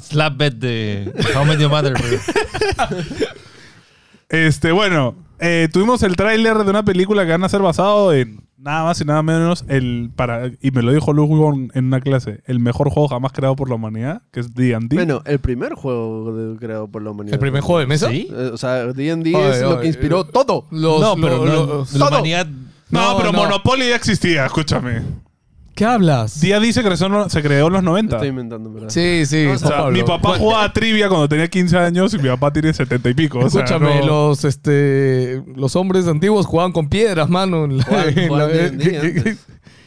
D: slap bet de How I Met Your Mother. pero-
A: Este, bueno, eh, tuvimos el tráiler de una película que van a ser basado en nada más y nada menos el para y me lo dijo Luis Wong en una clase, el mejor juego jamás creado por la humanidad, que es D&D.
B: Bueno, el primer juego de- creado por la humanidad.
C: ¿El primer juego de mesa?
D: ¿Sí?
B: Eh, O sea, D&D
C: Oye,
B: es lo
C: oye,
B: que inspiró
C: eh,
B: todo.
C: Los,
D: no,
C: lo-
D: pero no,
C: los-
D: la humanidad.
A: no,
C: no,
A: pero
C: no.
A: Monopoly ya existía, escúchame.
C: ¿Qué hablas?
A: D&D se creó, se creó en los 90.
B: Estoy inventando, ¿verdad?
C: Sí, sí.
A: O sea,
C: Juan Pablo.
A: mi papá
C: Bueno,
A: jugaba a trivia cuando tenía 15 años y mi papá tiene 70 y pico. o sea,
C: Escúchame,
A: no-
C: los, este, los hombres antiguos jugaban con piedras, mano. en la-
B: Jugaban-
C: en
B: jugaban
C: la-
B: D&D
C: ¿qué- qué-
B: antes.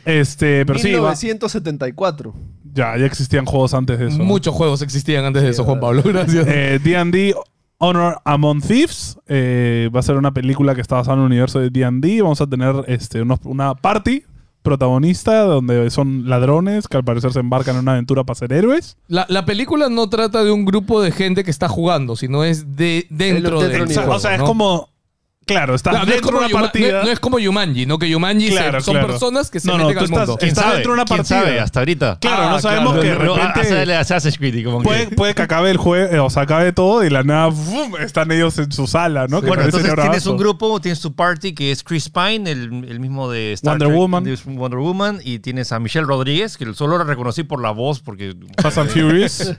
A: Este, pero sí, va-
B: 1974.
A: ya, ya existían juegos antes de eso.
C: Muchos juegos existían antes de eso, Juan Pablo. Gracias.
A: Eh, D&D Honor Among Thieves eh, va a ser una película que está basada en el universo de D&D. Vamos a tener este, unos- una party protagonista donde son ladrones que al parecer se embarcan en una aventura para ser héroes.
C: La, la película no trata de un grupo de gente que está jugando, sino es de dentro
B: dentro
A: O
B: del
C: del
A: sea,
C: juego,
A: o sea, es
C: ¿no?
A: como... Claro, estás
C: Claro, no, es
A: dentro
C: como
A: de una
C: Yuma-
A: partida.
C: no- no es como Yumanji, ¿no? Que Yumanji se-
A: Claro,
C: son
A: claro.
C: personas que se
A: No, no,
C: meten
A: tú
C: al
A: estás-
C: mundo.
D: ¿Quién
A: Está
D: sabe?
A: dentro de una
D: ¿Quién
A: partida.
D: sabe hasta ahorita?
A: Claro,
C: Ah,
A: no sabemos
C: claro.
A: que de
D: Pero
A: repente...
D: hace el Assassin's Creed y como que-
A: Puede, puede que acabe el juego, o sea, acabe todo y la nada, ¡vum! están ellos en su sala, ¿no? Que
D: Bueno,
A: parece
D: entonces tienes
A: bravazo.
D: un grupo, tienes tu party que es Chris Pine, el, el mismo de Star
A: Wonder
D: Trek,
A: Woman.
D: de Wonder Woman, y tienes a Michelle Rodríguez, que solo la reconocí por la voz, porque...
A: Fast and Furious.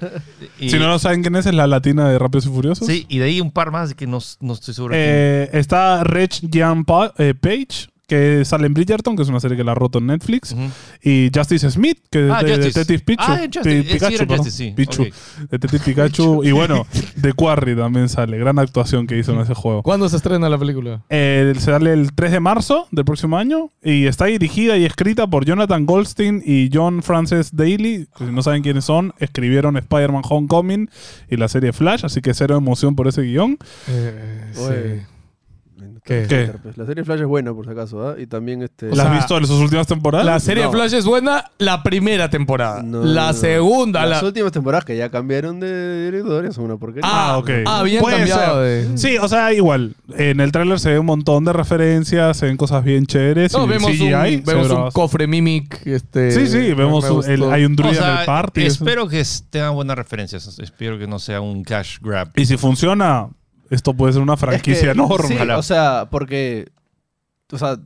D: y-
A: si no lo saben quién es, es la latina de Rápidos y Furiosos.
D: Sí, y de ahí un par más que no, no estoy seguro.
A: Eh, está Rich Gian Pa- eh, Page, que sale en Bridgerton, que es una serie que la ha roto en Netflix,
D: Ujú.
A: y Justice Smith, que es
D: Ah,
A: de
D: Justice.
A: Detective Pichu,
D: Ah, Justice. Eh, sí, era
A: perdón.
D: Justice, sí.
A: Pichu.
D: Ok.
A: Detective Pikachu, y bueno, de Quarry también sale, gran actuación que hizo en ese juego.
C: ¿Cuándo se estrena la película?
A: Eh, sale el 3 de marzo del próximo año y está dirigida y escrita por Jonathan Goldstein y John Francis Daly. que Si no saben quiénes son, escribieron Spider-Man Homecoming y la serie Flash, así que cero emoción por ese guión.
C: Eh,
B: Oye.
C: sí. ¿Qué?
A: ¿Qué?
B: La serie Flash es buena, por si acaso, ¿ah? Y también este.
A: ¿La
C: sea,
A: has visto en sus últimas temporadas?
C: La serie
B: No.
C: Flash es buena la primera temporada.
B: No,
C: la
B: no.
C: segunda,
B: Las
C: la-
B: últimas temporadas que ya cambiaron de directores son una porquería.
A: Ah, ok.
C: Ah, bien
A: Puede
C: cambiado
A: ser.
C: de-
A: Sí, o sea, igual. En el tráiler se ve un montón de referencias, se ven cosas bien chéveres.
C: No,
A: y
C: vemos,
A: CGI,
C: un,
A: se
C: vemos
A: graba.
C: un cofre mimic. Este,
A: Sí, sí, vemos
C: me
A: un-
C: gustó.
A: el- hay un druida
D: O sea,
A: en el party. eso.
D: Espero que s- tengan buenas referencias. Espero que no sea un cash grab.
A: Y si funciona, esto puede ser una
B: Es que-
A: franquicia enorme.
B: sí,
D: Ojalá.
B: o sea, porque. O sea,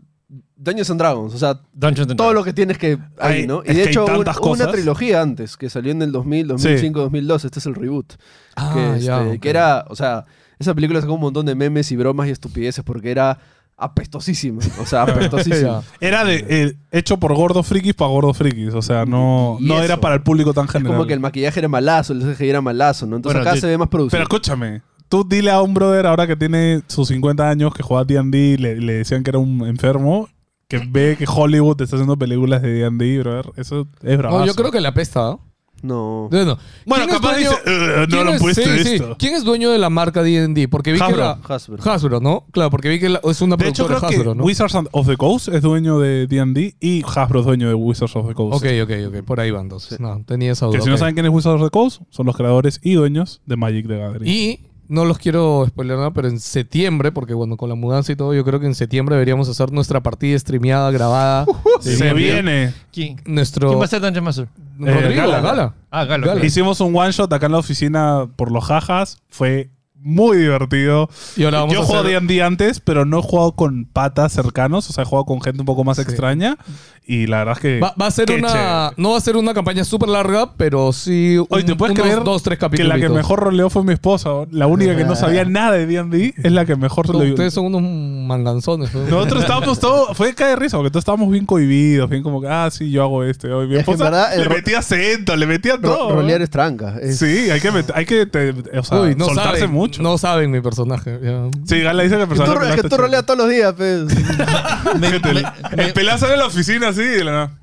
B: Dungeons and Dragons. O sea,
D: Dungeons and
B: todo
D: Dragons.
B: lo que tienes que. Ahí,
A: Hay-
B: ¿no? Y
A: es
B: de
A: que hay
B: hecho, un-
A: tantas
B: una
A: cosas.
B: trilogía antes que salió en el 2000, 2005, 2002. Este es el reboot.
C: Ah,
B: que, este,
C: ya, ok.
B: que era, o sea, esa película sacó un montón de memes y bromas y estupideces porque era apestosísima. O sea, apestosísima.
C: Ya.
A: Era de, eh, hecho por gordos frikis para gordos frikis. O sea, no,
B: Y
A: no
B: eso.
A: era para el público tan
B: es
A: general.
B: como que el maquillaje era malazo, el CGI era malazo, ¿no? Entonces
D: Bueno,
B: acá
D: de-
B: se ve más producido.
A: Pero escúchame, tú dile a un brother ahora que tiene sus 50 años, que juega D&D y le, le decían que era un enfermo, que ve que Hollywood está haciendo películas de D&D, brother. Eso es bravazo.
C: No, yo creo que le apesta. ¿no?
B: no.
C: No, no.
A: Bueno,
C: ¿Quién es
A: capaz dice,
C: dueño-
A: "Ugh, no
C: quién
A: lo han
C: es-
A: puesto
C: sí, sí.
A: esto.
C: ¿Quién es dueño de la marca D&D? Porque vi
A: Hasbro.
C: que era...
B: Hasbro.
C: Hasbro, ¿no? Claro, porque vi que la- es una
A: De hecho,
C: productora
A: creo que
C: Hasbro, ¿no?
A: Wizards of the Coast es dueño de D&D y Hasbro es dueño de Wizards of the Coast.
C: Ok, ok, ok. Por ahí van dos. No, tenía esa duda.
A: Que si no
C: ok.
A: saben quién es Wizards of the Coast, son los creadores y dueños de Magic the Gathering.
C: Y no los quiero spoiler nada, pero en septiembre, porque bueno, con la mudanza y todo, yo creo que en septiembre deberíamos hacer nuestra partida streameada, grabada.
A: se
D: Sí,
A: viene.
D: ¿Quién?
C: Nuestro.
D: ¿Quién va a ser Dungeon Master?
C: Rodrigo,
A: Eh, Gala.
C: Gala.
D: Ah, Galo.
C: Galo.
A: Hicimos un one shot acá en la oficina por los jajas. Fue muy divertido.
C: Y ahora vamos
A: Yo
C: a
A: he jugado
C: hacer-
A: D&D antes, pero no he jugado con patas cercanos. O sea, he jugado con gente un poco más
C: Sí.
A: extraña. Y la verdad es que...
C: Va, va a ser
A: qué
C: una.
A: chévere.
C: No va a ser una campaña súper larga, pero sí. un-
A: Oye, ¿te puedes
C: unos
A: creer
C: dos, tres
A: que
C: capítulos.
A: la que mejor roleó fue mi esposa? ¿o? La única que no sabía nada de D&D es la que mejor roleó.
C: Ustedes son unos manganzones. ¿no?
A: Nosotros estábamos todos... Fue caer de risa, porque todos estábamos bien cohibidos. Bien como que, ah, sí, yo hago esto. yo hago- Y mi
B: Es que en
A: esposa
B: verdad, el
A: Pues, le
B: ro-
A: metía acento, le metía
B: Ro-
A: todo.
B: rolear es tranca. es-
A: Sí, hay que, met- hay que te- o sea,
C: Uy, no
A: soltarse
C: saben,
A: mucho.
C: No saben mi personaje. ya.
A: Sí, Gala dice que el
B: Que
A: personaje
B: tú, es
A: pelado
B: que
A: está
B: tú roleas todos los días, pues.
A: chido.
D: Me- me- me-
A: El pelado sale de la oficina así de la nada.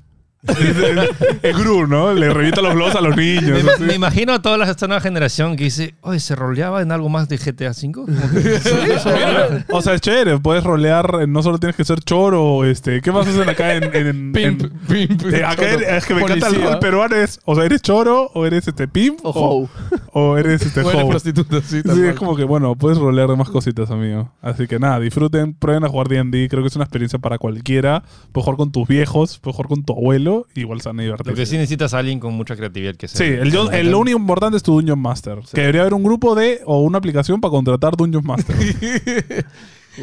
A: es Gru, ¿no? Le revienta los globos a los niños.
D: me-
A: así.
D: me imagino a toda la- esta nueva generación que dice, oye, ¿se roleaba en algo más de GTA V? Como que-
A: O sea, es chévere, puedes rolear, eh, no solo tienes que ser choro, este, ¿qué más hacen acá en... en- en-
C: Pimp,
A: en-
C: pimp.
A: eh, acá en- es que me encanta el
C: Policía.
A: rol peruano, es, o sea, eres choro, o eres este pimp,
B: O hoe.
A: o eres este
C: O eres
A: hoe.
C: prostituta, sí, tal
A: Sí,
C: cual.
A: es como que, bueno, puedes rolear de más cositas, amigo. Así que nada, disfruten, prueben a jugar D&D. Creo que es una experiencia para cualquiera. Puedes jugar con tus viejos, puedes jugar con tu abuelo. Igual se van a divertir.
D: Lo que sí necesitas a alguien con mucha creatividad que sea.
A: Sí, el, Dun- el- lo único importante es tu Dungeon Master. Que debería haber un grupo de o una aplicación para contratar Dungeon Master.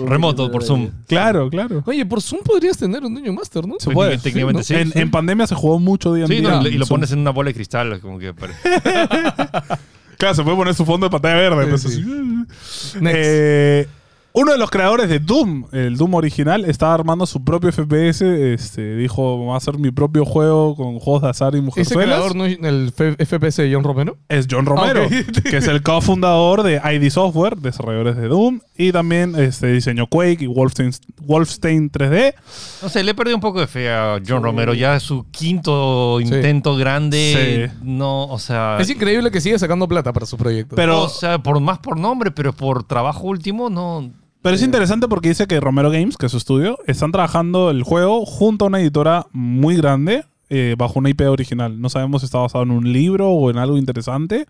D: Remoto, por Zoom.
A: claro, claro.
C: Oye, por Zoom podrías tener un dueño master, ¿no?
A: Se puede.
D: Técnicamente sí,
A: en,
D: sí.
A: en pandemia se jugó mucho D&D.
D: Sí, no,
A: en
D: y lo
A: Zoom.
D: pones en una bola de cristal, como que pare-
A: Claro, se puede poner su fondo de pantalla verde.
C: Sí,
A: pues,
C: sí.
A: así.
C: Next.
A: Eh, uno de los creadores de Doom, el Doom original, estaba armando su propio FPS. Este, dijo, voy a hacer mi propio juego con juegos de azar y
C: ¿Ese
A: mujerzuelas.
C: creador no es el F- FPS de John Romero?
A: Es John Romero,
C: Ah, ok.
A: que es el cofundador de ID Software, desarrolladores de Doom, y también este, diseñó Quake y Wolfstein, Wolfstein 3D.
D: No sé, le he perdido un poco de fe a John Romero. Ya es su quinto intento grande. No, o sea.
C: Es increíble que sigue sacando plata para su proyecto.
A: Ah, Pero,
D: o sea, por más por nombre, pero por trabajo último, no.
A: pero es interesante porque dice que Romero Games, que es su estudio, están trabajando el juego junto a una editora muy grande. eh, bajo una IP original. No sabemos si está basado en un libro o en algo interesante.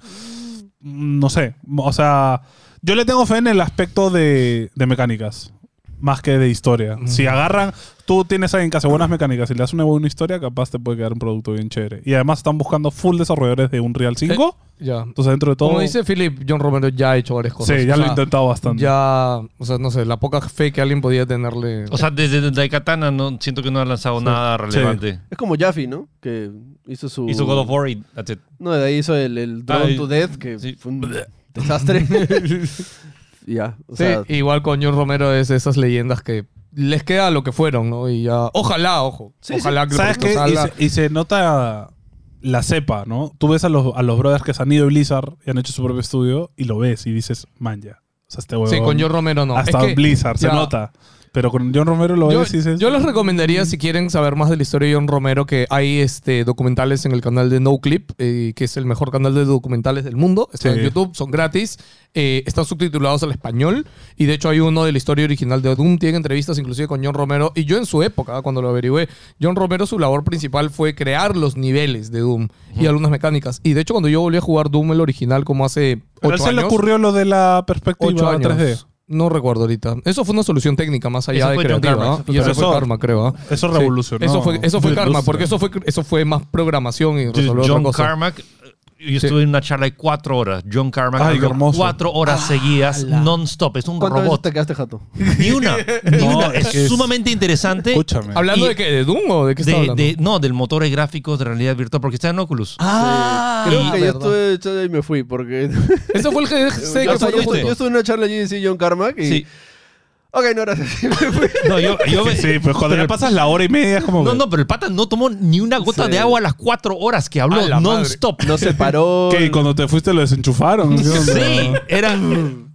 A: Mm, no sé. O sea, yo le tengo fe en el aspecto de, de mecánicas, más que de historia. Si agarran, tú tienes a alguien que hace buenas mecánicas y le das una buena historia, capaz te puede quedar un producto bien chévere. Y además están buscando full desarrolladores de Unreal 5.
C: ya.
A: Entonces, dentro de todo.
C: Eh, Como dice Philip, John Romero ya ha hecho varias
A: sí,
C: cosas.
A: ya
C: O
A: lo he
C: sea,
A: intentado bastante.
C: Ya, o sea, no sé, la poca fe que alguien podía tenerle.
D: O sea, desde Daikatana no, siento que no ha lanzado nada relevante.
B: Es como Jaffe, ¿no? Que hizo su.
D: Hizo God of War y that's it.
B: No, de ahí hizo el, el Drone
D: Ah,
B: to Death, que
D: sí.
B: fue un desastre. Y ya, o
C: Sí,
B: sea,
C: igual con John Romero es esas leyendas que les queda lo que fueron, ¿no? Y ya, ojalá, ojo.
B: Sí,
C: ojalá que
A: ¿Sabes
C: esto
A: qué? Y
C: salga.
A: se, y se nota la cepa, ¿no? Tú ves a los, a los brothers que se han ido a Blizzard y han hecho su propio estudio y lo ves y dices, man, ya. O sea, este huevón
C: Sí, con John Romero no.
A: ha
C: Es
A: estado
C: que-
A: en Blizzard, se
C: ya.
A: nota. Pero con John Romero lo
C: Yo,
A: ves y dices...
C: yo les recomendaría, si quieren saber más de la historia de John Romero, que hay este, documentales en el canal de No Clip, eh, que es el mejor canal de documentales del mundo. Están
A: Sí.
C: en YouTube, son gratis, eh, están subtitulados al español. Y de hecho, hay uno de la historia original de Doom. Tienen entrevistas inclusive con John Romero. Y yo, en su época, cuando lo averigüé, John Romero, su labor principal fue crear los niveles de Doom y algunas mecánicas. Y de hecho, cuando yo volví a jugar Doom, el original, como hace
A: Pero a él
C: 8 años.
A: se le ocurrió lo de la perspectiva
C: Ocho años.
A: 3D.
C: No recuerdo ahorita. Eso fue una solución técnica más allá
D: Eso
C: de
D: fue John
C: creativa.
D: Karma,
C: ¿ah?
D: eso fue
C: Y eso
A: Karma.
C: fue
A: Eso-
C: karma, creo. ¿ah?
A: Eso
C: Sí.
A: revolucionó.
C: Eso fue, eso fue
A: la
C: karma,
A: industria.
C: porque eso fue, eso fue más programación y resolver otra
D: John
C: cosa.
D: Carmack. Yo estuve en una charla de cuatro horas. John Carmack
A: Ay, qué
D: habló
A: hermoso.
D: cuatro horas seguidas, non-stop. Es un
B: ¿Cuántas veces
D: robot.
B: te quedaste jato?
D: Ni una. Ni
A: No,
D: una.
A: es
D: Es,
A: que es-
D: sumamente interesante.
A: Escúchame.
C: ¿Hablando
D: Y-
C: de qué? ¿De Doom o de qué está
D: De,
C: hablando?
D: de- no, del motores gráficos de realidad virtual, porque está en Oculus.
C: ah,
B: Creo que yo
C: verdad.
B: estuve echado y me fui porque.
C: Eso fue el GDC
B: yo,
C: que
B: estuve-
C: salió
B: yo estuve- yo
C: justo.
B: estuve en una charla allí en sí, John Carmack y.
D: Sí.
B: Ok, no, gracias. Me fui.
D: No, yo, yo
A: Sí, sí, pues cuando
D: pero-
A: le pasas la hora y media es como...
D: No,
A: que-
D: no, pero el pata no tomó ni una gota
B: Sí.
D: de agua a las cuatro horas que
C: A
D: habló
C: la madre.
D: non-stop.
B: No se paró.
A: ¿Qué? ¿Y cuando te fuiste lo desenchufaron? ¿Qué onda?
D: Sí, eran.
A: No,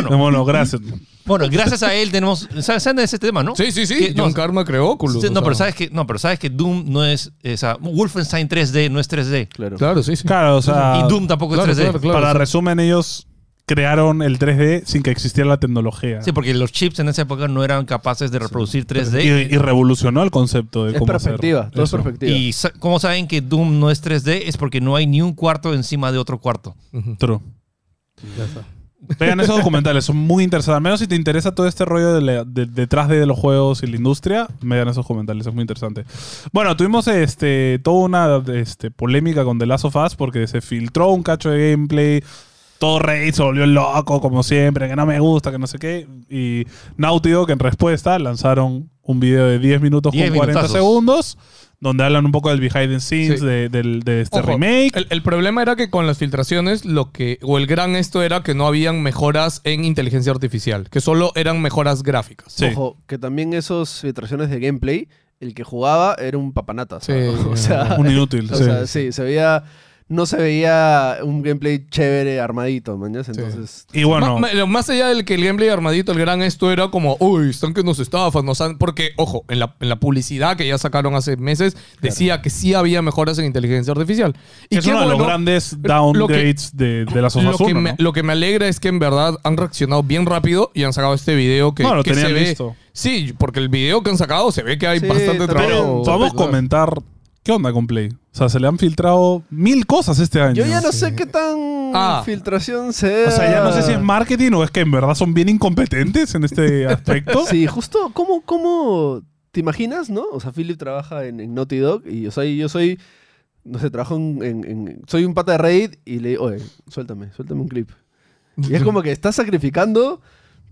D: Bueno,
A: bueno, gracias.
D: bueno, gracias a él tenemos. ¿Sabes saben de ese tema, no?
C: Sí, sí, sí.
D: Que-
C: John
D: no,
C: Karma creó Oculus.
D: sí,
C: o
D: no,
C: sea.
D: pero sabes que, no, pero sabes que Doom no es. O sea, Wolfenstein 3D no es 3D.
B: Claro.
C: Claro, sí, sí.
A: Claro, o sea...
D: y Doom tampoco
C: claro,
D: es 3D.
C: claro, claro.
A: para
C: sí.
A: resumen, ellos crearon el 3D sin que existiera la tecnología.
D: Sí, porque los chips en esa época no eran capaces de reproducir 3D.
A: y, y revolucionó el concepto de
B: Es
A: cómo
B: perspectiva,
A: hacer
B: todo es
A: eso.
B: perspectiva.
D: Y sa- cómo saben que Doom no es 3D es porque no hay ni un cuarto encima de otro cuarto.
C: Ujú.
A: True.
C: Ya está.
A: Vean esos documentales, son muy interesantes. Al menos si te interesa todo este rollo de la- de- detrás de los juegos y la industria, vean esos documentales, es muy interesante. Bueno, tuvimos este, toda una este, polémica con The Last of Us porque se filtró un cacho de gameplay. Todo Rey se volvió loco, como siempre, que no me gusta, que no sé qué. Y Naughty Dog, en respuesta, lanzaron un video de 10 minutos
D: 10
A: con 40
D: minutazos.
A: segundos, donde hablan un poco del behind the scenes
C: Sí.
A: de, del- de este
C: Ojo,
A: remake.
C: El, el problema era que con las filtraciones, lo que. O el gran esto era que no habían mejoras en inteligencia artificial, que solo eran mejoras gráficas.
A: Sí.
B: Ojo, que también esos filtraciones de gameplay, el que jugaba era un papanata.
C: Sí.
B: O sea,
A: Un inútil.
B: o
A: sí.
B: sea, sí, se veía. No se veía un gameplay chévere armadito, mañas. Entonces.
A: Y bueno.
C: Ma- ma- lo más allá del que el gameplay armadito, el gran esto era como, uy, están que nos estafan, nos han-". Porque, ojo, en la, en la publicidad que ya sacaron hace meses, decía que sí había mejoras en inteligencia artificial. Y
A: es
C: qué
A: uno de los
C: bueno,
A: grandes
C: lo que-
A: downgrades de, de las
C: lo
A: hojas
C: que, me, lo que me alegra es que en verdad han reaccionado bien rápido y han sacado este video que,
A: No, lo
C: que
A: tenían
C: se ve.
A: listo.
C: Sí, porque el video que han sacado se ve que hay
B: Sí,
C: bastante
B: también.
C: trabajo.
A: Pero vamos a comentar qué onda con Play. O sea, se le han filtrado mil cosas este año.
B: Yo ya no sé qué tan
C: Ah.
B: filtración sea.
A: O sea, ya no sé si es marketing o es que en verdad son bien incompetentes en este aspecto.
B: Sí, justo, ¿cómo, cómo te imaginas, no? O sea, Philip trabaja en, en Naughty Dog y o sea, yo soy, no sé, trabajo en, en- en- Soy un pata de Reddit y le digo, oye, suéltame, suéltame un clip. Y es como que estás sacrificando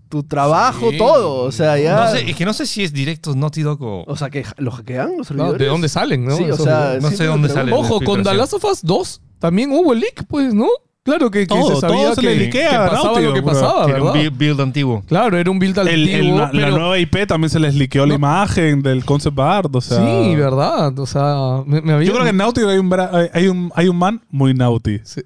B: tu trabajo,
C: Sí.
B: todo. O sea, ya...
D: No sé, es que no sé si es directos Naughty Dog o.
C: Oh,
B: O sea, que ja- los hackean los
C: Claro,
B: servidores.
C: ¿De dónde salen, no?
B: Sí, o
C: Esos
B: sea...
D: No sé
B: siempre
D: dónde
B: me
D: sale.
B: pregunto.
C: Ojo, con
D: explicación.
C: The Last of Us 2 también hubo leak, pues, ¿no? Claro que, que
A: Todo,
C: se sabía
A: todo se
C: que,
A: le liquea,
C: que pasaba
A: Naughty
C: lo que
A: Dog, bro.
C: pasaba,
D: Tiene un
C: ¿verdad?
D: build, build antiguo.
C: Claro, era un build
A: El- el-
C: alternativo,
A: la, la
C: pero...
A: nueva IP también se les liqueó la
C: No.
A: imagen del concept art. O sea,
C: Sí, verdad, o sea, me, me había...
A: Yo creo que en Naughty hay un, bra- hay- hay un, hay un man muy Naughty. Te
B: Ese-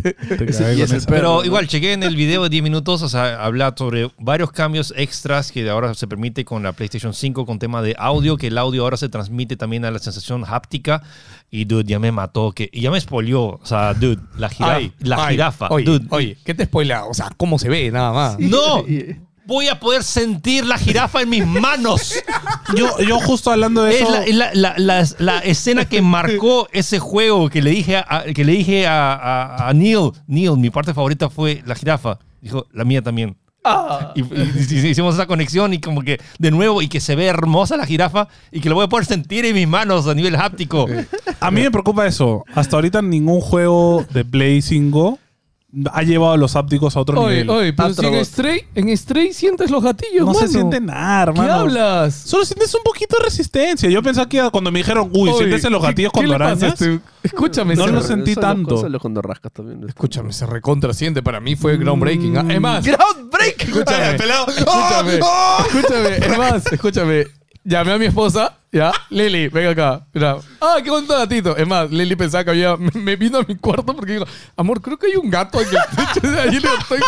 A: cagué con
B: y es el
A: esa.
B: perro.
D: Pero
B: ¿no?
D: igual, chequé en el video de 10 minutos, o sea, habla sobre varios cambios extras que ahora se permite con la PlayStation 5 con tema de audio, que el audio ahora se transmite también a la sensación háptica. Y dude, ya me mató, que y ya me spoileó. O sea, dude, la, jira-
C: Ay,
D: la
C: ay,
D: jirafa.
C: Oye,
D: dude.
C: oye, ¿qué te spoila? O sea, cómo se ve, nada más.
D: No,
B: Y-
D: voy a poder sentir la jirafa en mis manos.
A: yo, yo justo hablando de
D: Es
A: eso...
D: la, es la- la- la- la escena que marcó ese juego que le dije a, a- que le dije a, a- a Neil. Neil, mi parte favorita fue la jirafa. Dijo, la mía también. Y, y- y hicimos esa conexión y como que de nuevo y que se ve hermosa la jirafa y que lo voy a poder sentir en mis manos a nivel háptico.
A: A mí me preocupa eso. Hasta ahorita ningún juego de Play 5 ha llevado a los hápticos a otro
C: Oye,
A: nivel.
C: oye, pero si en
B: Astrobot.
C: Stray, en Stray sientes los gatillos,
A: no se
C: mano.
A: siente nada,
C: ¿Qué
A: hermano.
C: hablas?
A: Solo sientes un poquito de resistencia. Yo pensaba que cuando me dijeron, uy,
C: Oye,
A: sientes en los
C: ¿qué-
A: gatillos
C: qué
A: cuando
C: le pasa,
A: arañas.
C: este? Escúchame,
A: No
C: se
A: lo
C: re-
A: sé. sentí tanto.
B: Solo cuando rascas también.
C: escúchame, se recontra siente. Para mí fue groundbreaking. Ah, Es más,
B: Groundbreaking. ¡Oh,
C: escúchame.
A: Ay, pelado.
C: Escúchame, escúchame, es más, escúchame. Llamé a mi esposa, ya, Lili, ven acá. Mira, ah, qué bonito gatito. Es más, Lili pensaba que había. Me, me vino a mi cuarto porque digo, amor, creo que hay un gato en el techo de ahí. Le digo, Estoy,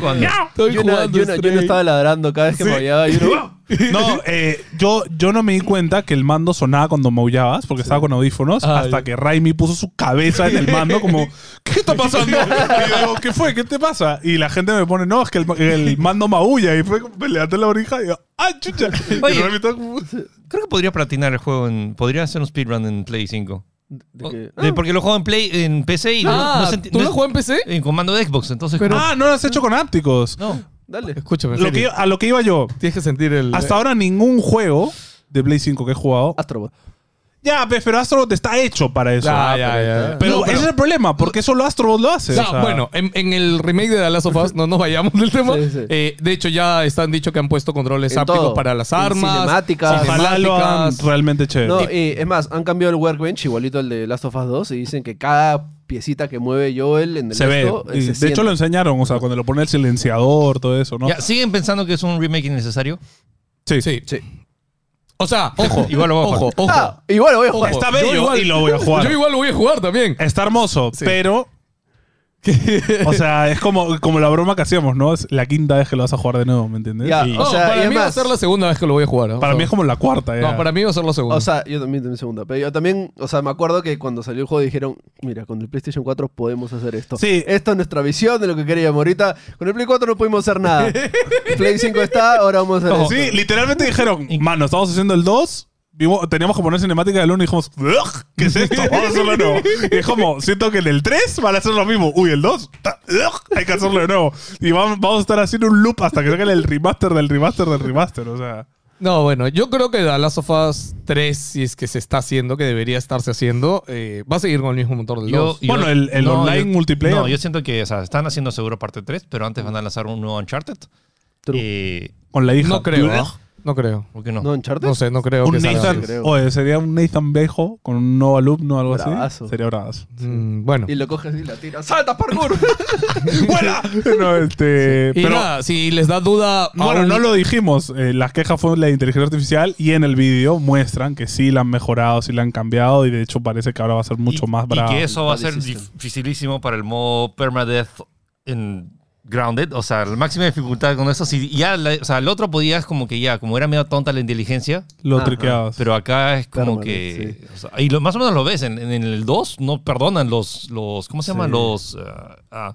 D: Cuando-
C: estoy
B: Yo no,
C: jugando.
B: yo, no, yo no
C: Stray.
B: estaba ladrando cada vez que
A: Sí.
B: maullaba. Yo no,
C: este
A: No, eh, yo, yo no me di cuenta que el mando sonaba cuando maullabas, porque estaba con audífonos,
C: Ah,
A: hasta
C: ya.
A: que Raimi puso su cabeza en el mando, como, ¿qué está pasando? Y yo digo, ¿qué fue? ¿Qué te pasa? Y la gente me pone, no, es que el, el mando maulla. Y fue como, me levanté la oreja y digo, ¡ah, chucha! Y
D: Oye.
A: Raimi estaba como-
D: Creo que podría platinar el juego en. Podría hacer un speedrun en Play 5.
B: ¿De "Ah, qué?
D: De- porque lo juego en Play en PC y no,
C: Ah,
D: no se enti-
C: ¿tú lo
D: no es- eh,
C: jugó en PC?
D: en comando de Xbox, entonces
A: ah, no lo has hecho con ápticos.
D: no.
B: Dale.
C: Escúchame,
A: Lo
C: Feli,
A: que- a lo que iba yo,
C: tienes que sentir el.
A: hasta ahora ningún juego de Play 5 que he jugado.
B: Astrobot.
A: Ya, pe, pero Astrobot está hecho para eso.
C: Ah, ya, ya, ya.
A: Pero,
C: No, pero-
A: ese es el problema, porque solo Astrobot lo hace.
C: No,
A: o sea.
C: bueno, en, en el remake de The Last of Us, no nos vayamos del tema.
B: Sí, sí.
C: Eh, de hecho, ya están dicho que han puesto controles
B: En
C: hápticos
B: todo.
C: para las
B: En
C: armas.
B: cinemáticas.
A: Ojalá lo hagan
C: cinemáticas.
A: realmente chévere.
B: No, y es más, han cambiado el workbench igualito al de Last of Us 2 y dicen que cada piecita que mueve Joel en el
A: se ve.
B: esto, eh,
A: Y
B: se
A: de
B: siente.
A: hecho lo enseñaron, o sea, cuando lo pone el silenciador, todo eso, ¿no?
D: Ya, ¿Siguen pensando que es un remake innecesario?
A: Sí.
C: Sí.
B: Sí.
C: O sea, ojo,
D: Igual lo voy a
C: ojo,
D: jugar.
C: ojo.
B: Ah, y bueno, voy a
C: Ojo.
B: jugar.
A: Está
C: Yo
A: bello
C: igual-
A: y lo voy a
C: Yo
A: jugar.
C: igual lo voy a jugar también.
A: Está hermoso,
C: Sí.
A: pero... o sea, es como, como la broma que hacíamos, ¿no? Es la quinta vez que lo vas a jugar de nuevo, ¿me entiendes?
B: Ya, oh,
A: Y
B: o
C: No,
B: sea, y
C: para
B: es
C: mí va a
B: más-
C: ser la segunda vez que lo voy a jugar. ¿no?
A: para
C: O sea,
A: mí es como la cuarta. ya.
C: No, para mí va a ser la segunda.
B: O sea, yo también tengo segunda, pero yo también, o sea, me acuerdo que cuando salió el juego dijeron, mira, con el PlayStation 4 podemos hacer esto.
A: Sí.
B: Esta es nuestra visión de lo que queríamos. Ahorita con el Play 4 no pudimos hacer nada. Play 5 está, ahora vamos a hacer
A: Ojo.
B: esto.
A: Sí, literalmente dijeron, mano, estamos haciendo el 2. vimos- teníamos que poner cinemática del 1 y dijimos, "Ugh, ¿qué es esto? Vamos a hacerlo de nuevo. Y es como, siento que en el 3 van a hacer lo mismo. Uy, el 2, ta- ugh, hay que hacerlo de nuevo. Y vamos, vamos a estar haciendo un loop hasta que saquen el remaster del remaster del remaster. O sea,
C: No, bueno, yo creo que The Last of Us 3, si es que se está haciendo, que debería estarse haciendo, eh, va a seguir con el mismo motor del
D: Yo-
C: 2.
D: yo-
A: Bueno, el- el online multiplayer.
D: No, yo siento que, o sea, están haciendo seguro parte 3, pero antes van a lanzar un nuevo Uncharted.
B: True.
D: Eh,
A: con la hija.
C: No creo.
A: Ugh.
C: ¿ah? No creo.
D: ¿Por qué no?
B: ¿No, Uncharted?
C: No sé, no creo que
A: Un
C: salga
A: Nathan,
C: así.
B: creo.
A: oye, sería un Nathan viejo con un nuevo alumno o algo
B: Bravazo.
A: así. Sería bravazo.
C: Mm, bueno.
B: Y lo coges y la tiras. ¡Salta, parkour!
A: ¡Vuela! No, este,
C: Y
A: pero,
C: nada, si les da duda.
A: Bueno,
C: aún-
A: no lo dijimos. eh, las quejas fueron la de inteligencia artificial y en el vídeo muestran que sí la han mejorado, sí la han cambiado y de hecho parece que ahora va a ser mucho
D: Y-
A: más bravo.
D: Y que eso va a ser
B: Valley System.
D: dificilísimo para el modo permadeath en Grounded. O sea, la máxima dificultad con eso. Si ya la- o sea, el otro podías como que ya, como era medio tonta la inteligencia.
A: Lo
B: Ajá.
A: triqueados.
D: Pero acá es como
B: Permadeath,
D: que. o sea, y lo- más o menos lo ves. En, en el 2 no perdonan los. los ¿Cómo se llaman?
A: Sí.
D: Los. ah, ah,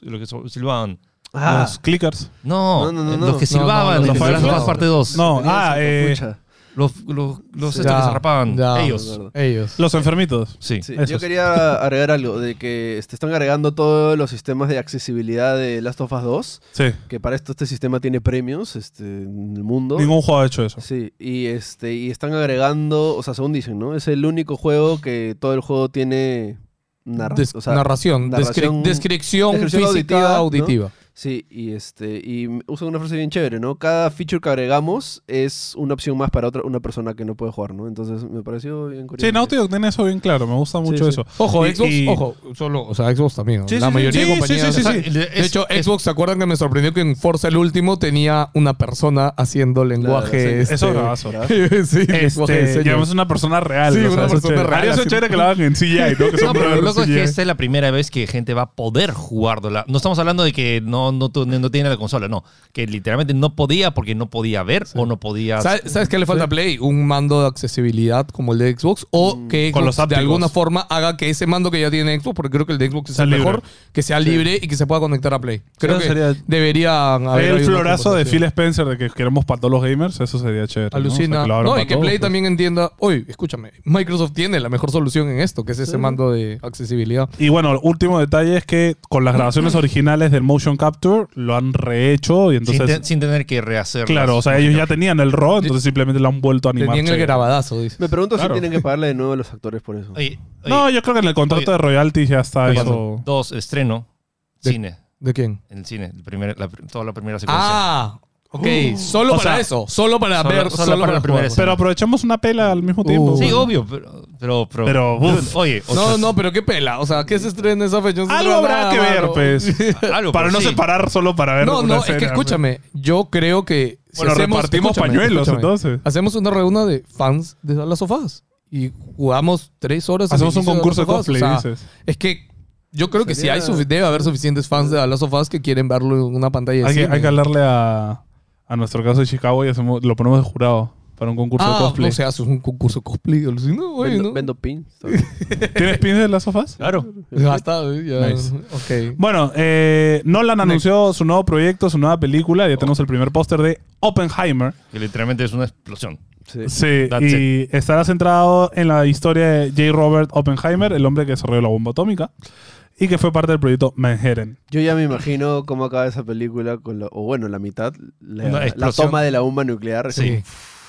D: lo que so- silbaban.
B: Ah,
A: Los clickers.
D: No,
B: No, no, no,
D: eh,
B: no.
D: los que
C: No, no,
D: silbaban.
C: los
D: en
A: Fire
D: The Last of Us
A: Festival.
D: parte 2.
A: No,
B: tenías
A: ah,
B: otra
A: eh,
B: pucha.
D: Los, los, los estos
C: Ya,
D: que se rapaban.
C: ya.
D: ellos.
C: Ellos.
A: los enfermitos.
D: Sí.
B: Sí,
A: Eh, Eso
B: yo
A: es.
B: quería agregar algo, de que te están agregando todos los sistemas de accesibilidad de Last of Us 2,
A: Sí.
B: que para esto este sistema tiene premios este, en el mundo.
A: Ningún juego ha hecho eso.
B: Sí, y este y están agregando, o sea, según dicen, ¿no? Es el único juego que todo el juego tiene narra-
C: Des-
B: o sea,
C: narración,
B: narración-
C: descri- descripción,
B: descripción
C: física auditiva.
B: auditiva, Sí, y este y m- usan una frase bien chévere, ¿no? Cada feature que agregamos es una opción más para otra una persona que no puede jugar, ¿no? Entonces, me pareció bien curioso.
A: Sí, Naughty Dog tiene eso bien claro. Me gusta mucho
B: sí.
A: eso.
C: Ojo,
A: Y-
C: Xbox,
A: y-
C: ojo, solo, o sea, Xbox también. ¿no?
A: Sí, sí,
C: la
A: sí,
C: mayoría
A: sí,
C: de
A: sí,
C: compañías.
A: sí, sí,
C: o sea,
A: sí.
D: el-
C: De
D: es-
C: hecho, Xbox, ¿se acuerdan que me sorprendió que en Forza el último tenía una persona haciendo lenguaje?
A: sí, eso
C: este-
A: bravazo.
C: sí, lenguaje de
A: Este,
C: señas.
A: llamamos una persona real.
C: Sí,
A: o sea,
C: una
A: eso es
C: persona
A: chévere.
C: real,
A: Ah, Eso es
C: así.
A: chévere que la hagan en CGI, ¿no? Que son
D: No, pero lo
A: programas
D: loco es que
A: CGI.
D: esta es la primera vez que gente va a poder jugárdola. No estamos hablando de que no, no, tu- no tiene la consola, no. Que literalmente no podía porque no podía ver o no podía.
C: ¿Sabe- ¿Sabes, qué le falta a Play? Un mando de accesibilidad como el de Xbox o que
A: Con
C: Xbox
A: los
C: de
A: hápticos.
C: alguna forma haga que ese mando que ya tiene Xbox, porque creo que el de Xbox es
A: Sea
C: el
A: libre.
C: mejor, que sea libre y que se pueda conectar a Play. Creo
A: eso
C: que
A: sería-
C: deberían haber...
A: el
C: habido una
A: florazo de
C: conversación.
A: Phil Spencer de que queremos para todos los gamers, eso sería chévere. ¿no? O sea,
C: Alucina.
A: que lo
C: No,
A: abran
C: y
A: para
C: que
A: todos,
C: Play
A: pues.
C: también entienda. Oye, escúchame, Microsoft tiene la mejor solución en esto, que es ese mando de accesibilidad.
A: Y bueno, último detalle es que con las grabaciones originales del Motion Capture lo han rehecho y
D: sin,
A: entonces...
D: te- sin tener que rehacer.
A: claro, o sea, ellos ya tenían el RAW, entonces simplemente lo han vuelto a animar.
C: Tenían el
A: chévere.
C: grabadazo, dice.
B: Me pregunto
A: Claro.
B: si tienen que pagarle de nuevo a los actores por eso.
D: Oye, oye,
A: No, yo creo que en el contrato
D: Oye.
A: de royalties ya está
D: oye,
A: eso.
D: dos, estreno. Cine.
C: ¿De quién?
D: En el cine. el primer- la pr- toda la primera secuencia.
C: Ah, ok. solo
D: O
C: para
D: sea,
C: eso. Solo para
D: solo-
C: ver.
D: solo para la
C: jugar.
D: primera escena.
A: Pero aprovechamos una pela al mismo tiempo.
D: sí,
A: bueno.
D: obvio, pero. Pero, pero,
A: Pero, uf.
D: oye,
C: No,
D: otras-
C: no, pero qué pela. O sea, ¿qué se estrena en esa fecha? No se
A: Algo
C: estrena
A: habrá
C: nada,
A: que ver,
C: mano.
A: pues.
D: Algo,
A: para
D: pero
A: no
D: sí.
A: separar solo para ver
C: No,
A: una
C: no, es que
A: escena, pues.
C: escúchame. Yo creo que.
A: Bueno, repartimos pañuelos, entonces.
C: Hacemos una reunión de fans de las sofás. Y jugamos tres horas. en
A: Hacemos
C: el
A: un
C: inicio
A: concurso de
C: Last of Us.
A: cosplay,
C: O sea,
A: dices.
C: Es que yo creo que si
B: Sería-
C: hay sufi- debe haber suficientes fans de las sofás que quieren verlo en una pantalla. de
A: Hay que,
C: cine.
A: hay que hablarle a, a nuestro caso de Chicago y hacemos, lo ponemos de jurado para un concurso
C: ah,
A: de cosplay.
C: O sea, es un concurso cosplay. alucino, güey,
B: Vendo,
C: ¿no?
B: vendo pins.
C: eh,
A: ¿Tienes pins de las sofás?
D: Claro.
C: Ya está, güey, ya.
A: Nice.
C: Ok.
A: Bueno, eh, Nolan anunció su nuevo proyecto, su nueva película. Ya tenemos el primer póster de Oppenheimer.
D: Que literalmente es una explosión.
B: Sí.
A: Sí,
D: That's
A: y estará centrado en la historia de J. Robert Oppenheimer, el hombre que desarrolló la bomba atómica y que fue parte del proyecto Manhattan.
B: Yo ya me imagino cómo acaba esa película, con la- o bueno, la mitad, la,
D: Una
B: la
D: explosión.
B: toma de la bomba nuclear.
D: Sí.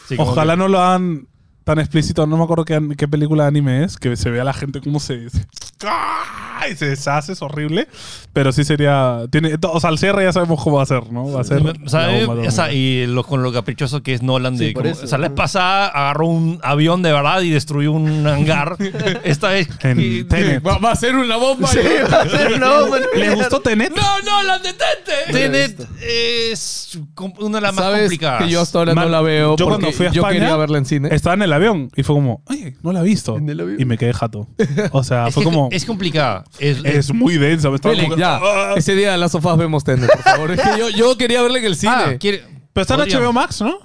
D: Sí, como
A: Ojalá
D: que-
A: no lo hagan tan explícito. No me acuerdo qué, an- qué película de anime es, que se vea la gente cómo se... se- ¡Ah! y se deshace, es horrible. Pero sí sería... Tiene, o sea, al cierre ya sabemos cómo va a ser, ¿no? Va a ser...
D: O sea,
A: la
D: eh,
A: bomba
D: o sea,
A: atómica.
D: y lo, con lo caprichoso que es Nolan.
B: Sí,
D: de,
B: por
D: como-
B: eso.
D: o sea, la vez pasada agarró un avión de verdad y destruyó un hangar. Esta vez.
A: En
D: y-
A: Tenet.
C: Va, va a ser una bomba.
B: Sí,
C: y-
B: va a ser una bomba nuclear.
A: ¿Les gustó Tenet?
C: No, no, la detente.
D: Tenet es com- una de las más
C: Sabes
D: complicadas.
C: que yo hasta ahora no
A: Man,
C: la veo.
A: yo
C: porque
A: cuando fui a
C: Yo
A: España-
C: quería verla en cine.
A: Estaba en el avión y fue como, oye, no la he visto.
B: En el avión.
A: Y me quedé jato. O sea,
D: Ah, es,
A: Ah, fue
D: que-
A: como,
D: es complicada. Es,
A: es muy densa. Me estaba
C: Felix,
A: como-
C: ya.
A: ¡Ah!
C: Ese día de las sofás vemos Tenet, por favor. Es que yo, yo quería verla en el cine.
D: Ah, quiere-
A: Pero está en
D: podríamos.
A: HBO Max, ¿no?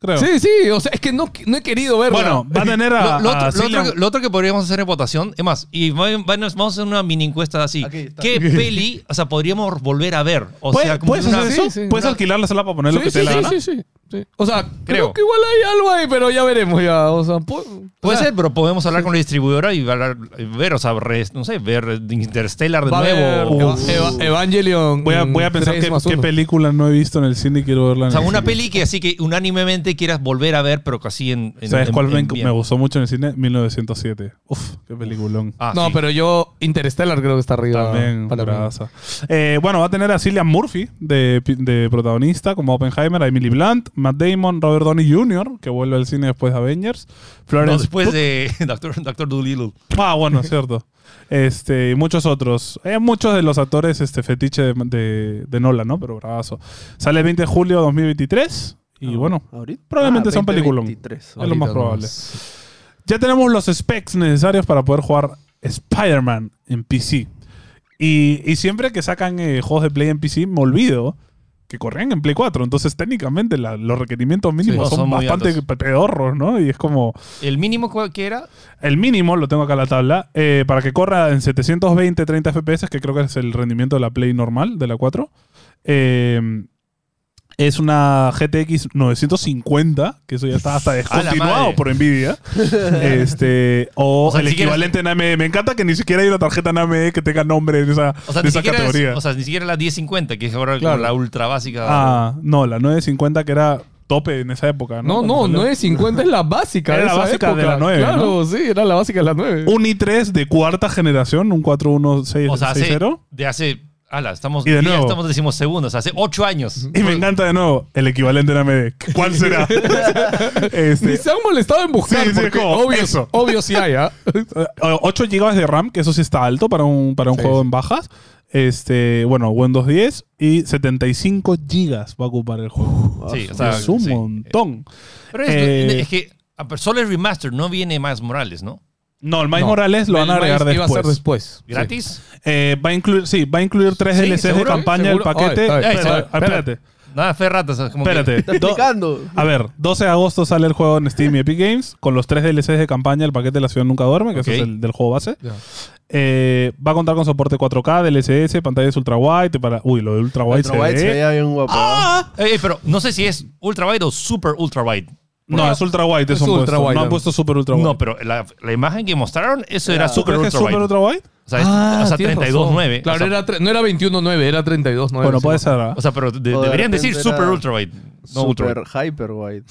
A: Creo.
C: Sí, sí. O sea, es que no, no he querido verla.
A: Bueno, va a tener
D: Lo,
A: a,
D: lo
A: a
D: otro, lo
A: Cillian-
D: otro que- lo otro que podríamos hacer en votación, es más, y va- va- nos- vamos a hacer una mini encuesta así.
B: Aquí está.
D: ¿Qué peli, o sea, podríamos volver a ver? O
A: ¿Puedes,
D: sea, como
A: puedes
D: una-
A: hacer eso?
C: Sí, sí.
A: ¿Puedes
C: Una-
A: alquilar la sala para poner
C: Sí,
A: lo que
C: sí,
A: te dé la
C: sí,
A: gana?
C: sí, sí, sí. O sea, creo.
D: Creo.
C: que igual hay algo ahí, pero ya veremos ya. O sea, pues,
D: Puede
C: o sea,
D: ser, pero podemos hablar con la distribuidora y hablar- ver, o sea, re- no sé, ver Interstellar de
C: va a haber
D: nuevo.
C: Eva- Eva- Evangelion.
A: Voy a, voy a pensar
C: Mm, tres
A: qué,
C: más
A: qué
C: uno.
A: película no he visto en el cine y quiero verla.
D: O
A: en
D: sea,
A: el
D: una
A: cine.
D: peli que así que unánimemente quieras volver a ver, pero casi en. en-
A: ¿Sabes
D: en-
A: cuál
D: en
A: me,
D: bien.
A: me gustó mucho en el cine? 1907. Uf, qué peliculón.
D: Ah,
C: No,
D: sí.
C: pero yo Interstellar creo que está arriba.
A: También,
C: para mí.
A: bravaza. Eh, bueno, va a tener a Cillian Murphy de, pi- de protagonista como Oppenheimer, a Emily Blunt, Matt Damon, Robert Downey Jr., que vuelve al cine después de Avengers, Florence
D: No, después
A: Pugh-
D: de Doctor, Doctor Doolittle.
A: Ah, bueno, es cierto. Este, y muchos otros. Hay muchos de los actores este, fetiche de, de, de Nolan, ¿no? Pero bravazo. Sale el 20 de julio de 2023 y
D: Ah,
A: bueno,
B: Ah, ¿Ahorita?
A: Probablemente
B: Ah,
A: sea un
B: 20,
A: peliculón.
B: 23.
A: Es lo más
C: Ahorita
A: probable.
C: nomás.
A: Ya tenemos los specs necesarios para poder jugar Spider-Man en PC. Y, y siempre que sacan eh, juegos de Play en PC, me olvido que corrían en Play 4. Entonces, técnicamente, la- los requerimientos mínimos
D: Sí,
A: son,
D: son muy
A: bastante
D: altos.
A: pe- pedorros, ¿no? Y es como
D: ¿El mínimo cuál- que era?
A: el mínimo, lo tengo acá en la tabla, eh, para que corra en 720, 30 FPS, que creo que es el rendimiento de la Play normal, de la 4. eh, es una GTX 950, que eso ya está hasta descontinuado
D: madre.
A: por Nvidia. este, o,
D: O sea,
A: el
D: ni siquiera-
A: equivalente en AMD. Me encanta que ni siquiera hay una tarjeta en AMD que tenga nombre en esa,
D: O
A: de
D: sea, ni
A: esa
D: siquiera, es-
A: categoría.
D: o sea, ni siquiera la 1050, que es ahora como
C: Claro.
D: la ultra básica.
A: ah, no, la 950 que era tope en esa época, ¿no?
C: No,
A: Cuando
C: no,
A: salió.
C: 950 es la básica.
A: Era
C: de
A: la
C: esa
A: básica de
C: época.
A: la nueve,
C: Claro,
A: ¿no?
C: sí, era la básica de la 9.
A: Un i3 de cuarta generación, un 41660.
D: o sea, hace, de hace. Ala, estamos.
A: Y de
D: ya
A: nuevo. Eh,
D: estamos decimosegundos, hace 8 años.
A: Y me encanta de nuevo el equivalente en AMD. ¿Cuál será?
C: Ni
A: este,
C: se han molestado en buscar.
A: Sí, sí,
C: porque
A: como
C: obvio,
A: eso.
C: obvio sí hay, ¿ah?
A: 8 GB de RAM, que eso sí está alto para un, para un
C: Sí,
A: juego
C: sí.
A: en bajas. Este, bueno, Windows 10 y 75 GB va a ocupar el juego.
D: Sí, o sea,
A: es un
D: sí.
A: montón.
D: Pero es,
A: Eh,
D: es que ah, pero solo el remaster, no viene más Morales, ¿no?
A: No, el Miles
C: No,
A: Morales lo van a
C: el
A: agregar
C: Miles
A: después.
C: Iba a ser después. Sí.
D: ¿Gratis?
A: Eh, va a incluir, sí, va a incluir tres
C: Sí,
A: DLCs de
C: seguro,
A: campaña del
C: seguro.
A: paquete.
C: Ay, ay,
A: Espera,
C: ay,
A: espérate,
D: Nada, fe ratas. Ah, o sea, como que-
A: espérate.
B: Está
A: Do-
B: explicando.
A: A ver, 12 de agosto sale el juego en Steam y Epic Games con los tres DLCs de campaña, el paquete de la ciudad nunca duerme, que
D: Ok.
A: ese es el del juego base.
C: Ya.
A: Eh, va a contar con soporte 4K, DLSS, pantallas ultra wide para. Uy, lo de ultra wide
B: Ultra
A: se
B: White
A: ve.
B: se veía bien guapo. ¿ah?
D: Ey, ey, pero no sé si es ultra wide o super ultra wide.
A: No, es ultra wide,
C: Es
A: eso han
C: ultra
A: puesto.
C: wide,
A: No han
C: ¿no?
A: puesto super ultra wide.
D: No, pero la, la imagen que mostraron, eso
A: ¿Tú
D: era super
A: crees Ah, que
D: ultra
A: es super
D: wide.
A: ultra wide?
D: O sea, es-
C: Ah,
D: o sea
C: tienes
D: 32.9.
C: razón. Claro,
D: o sea,
C: era tre- no era 21.9, era 32.9.
A: Bueno, puede
C: sí.
A: ser. ¿ah?
D: O sea, pero de-
B: O de
D: deberían decir
B: repente era-
D: super ultra wide. No
B: Super
D: Ultra.
B: hyper wide.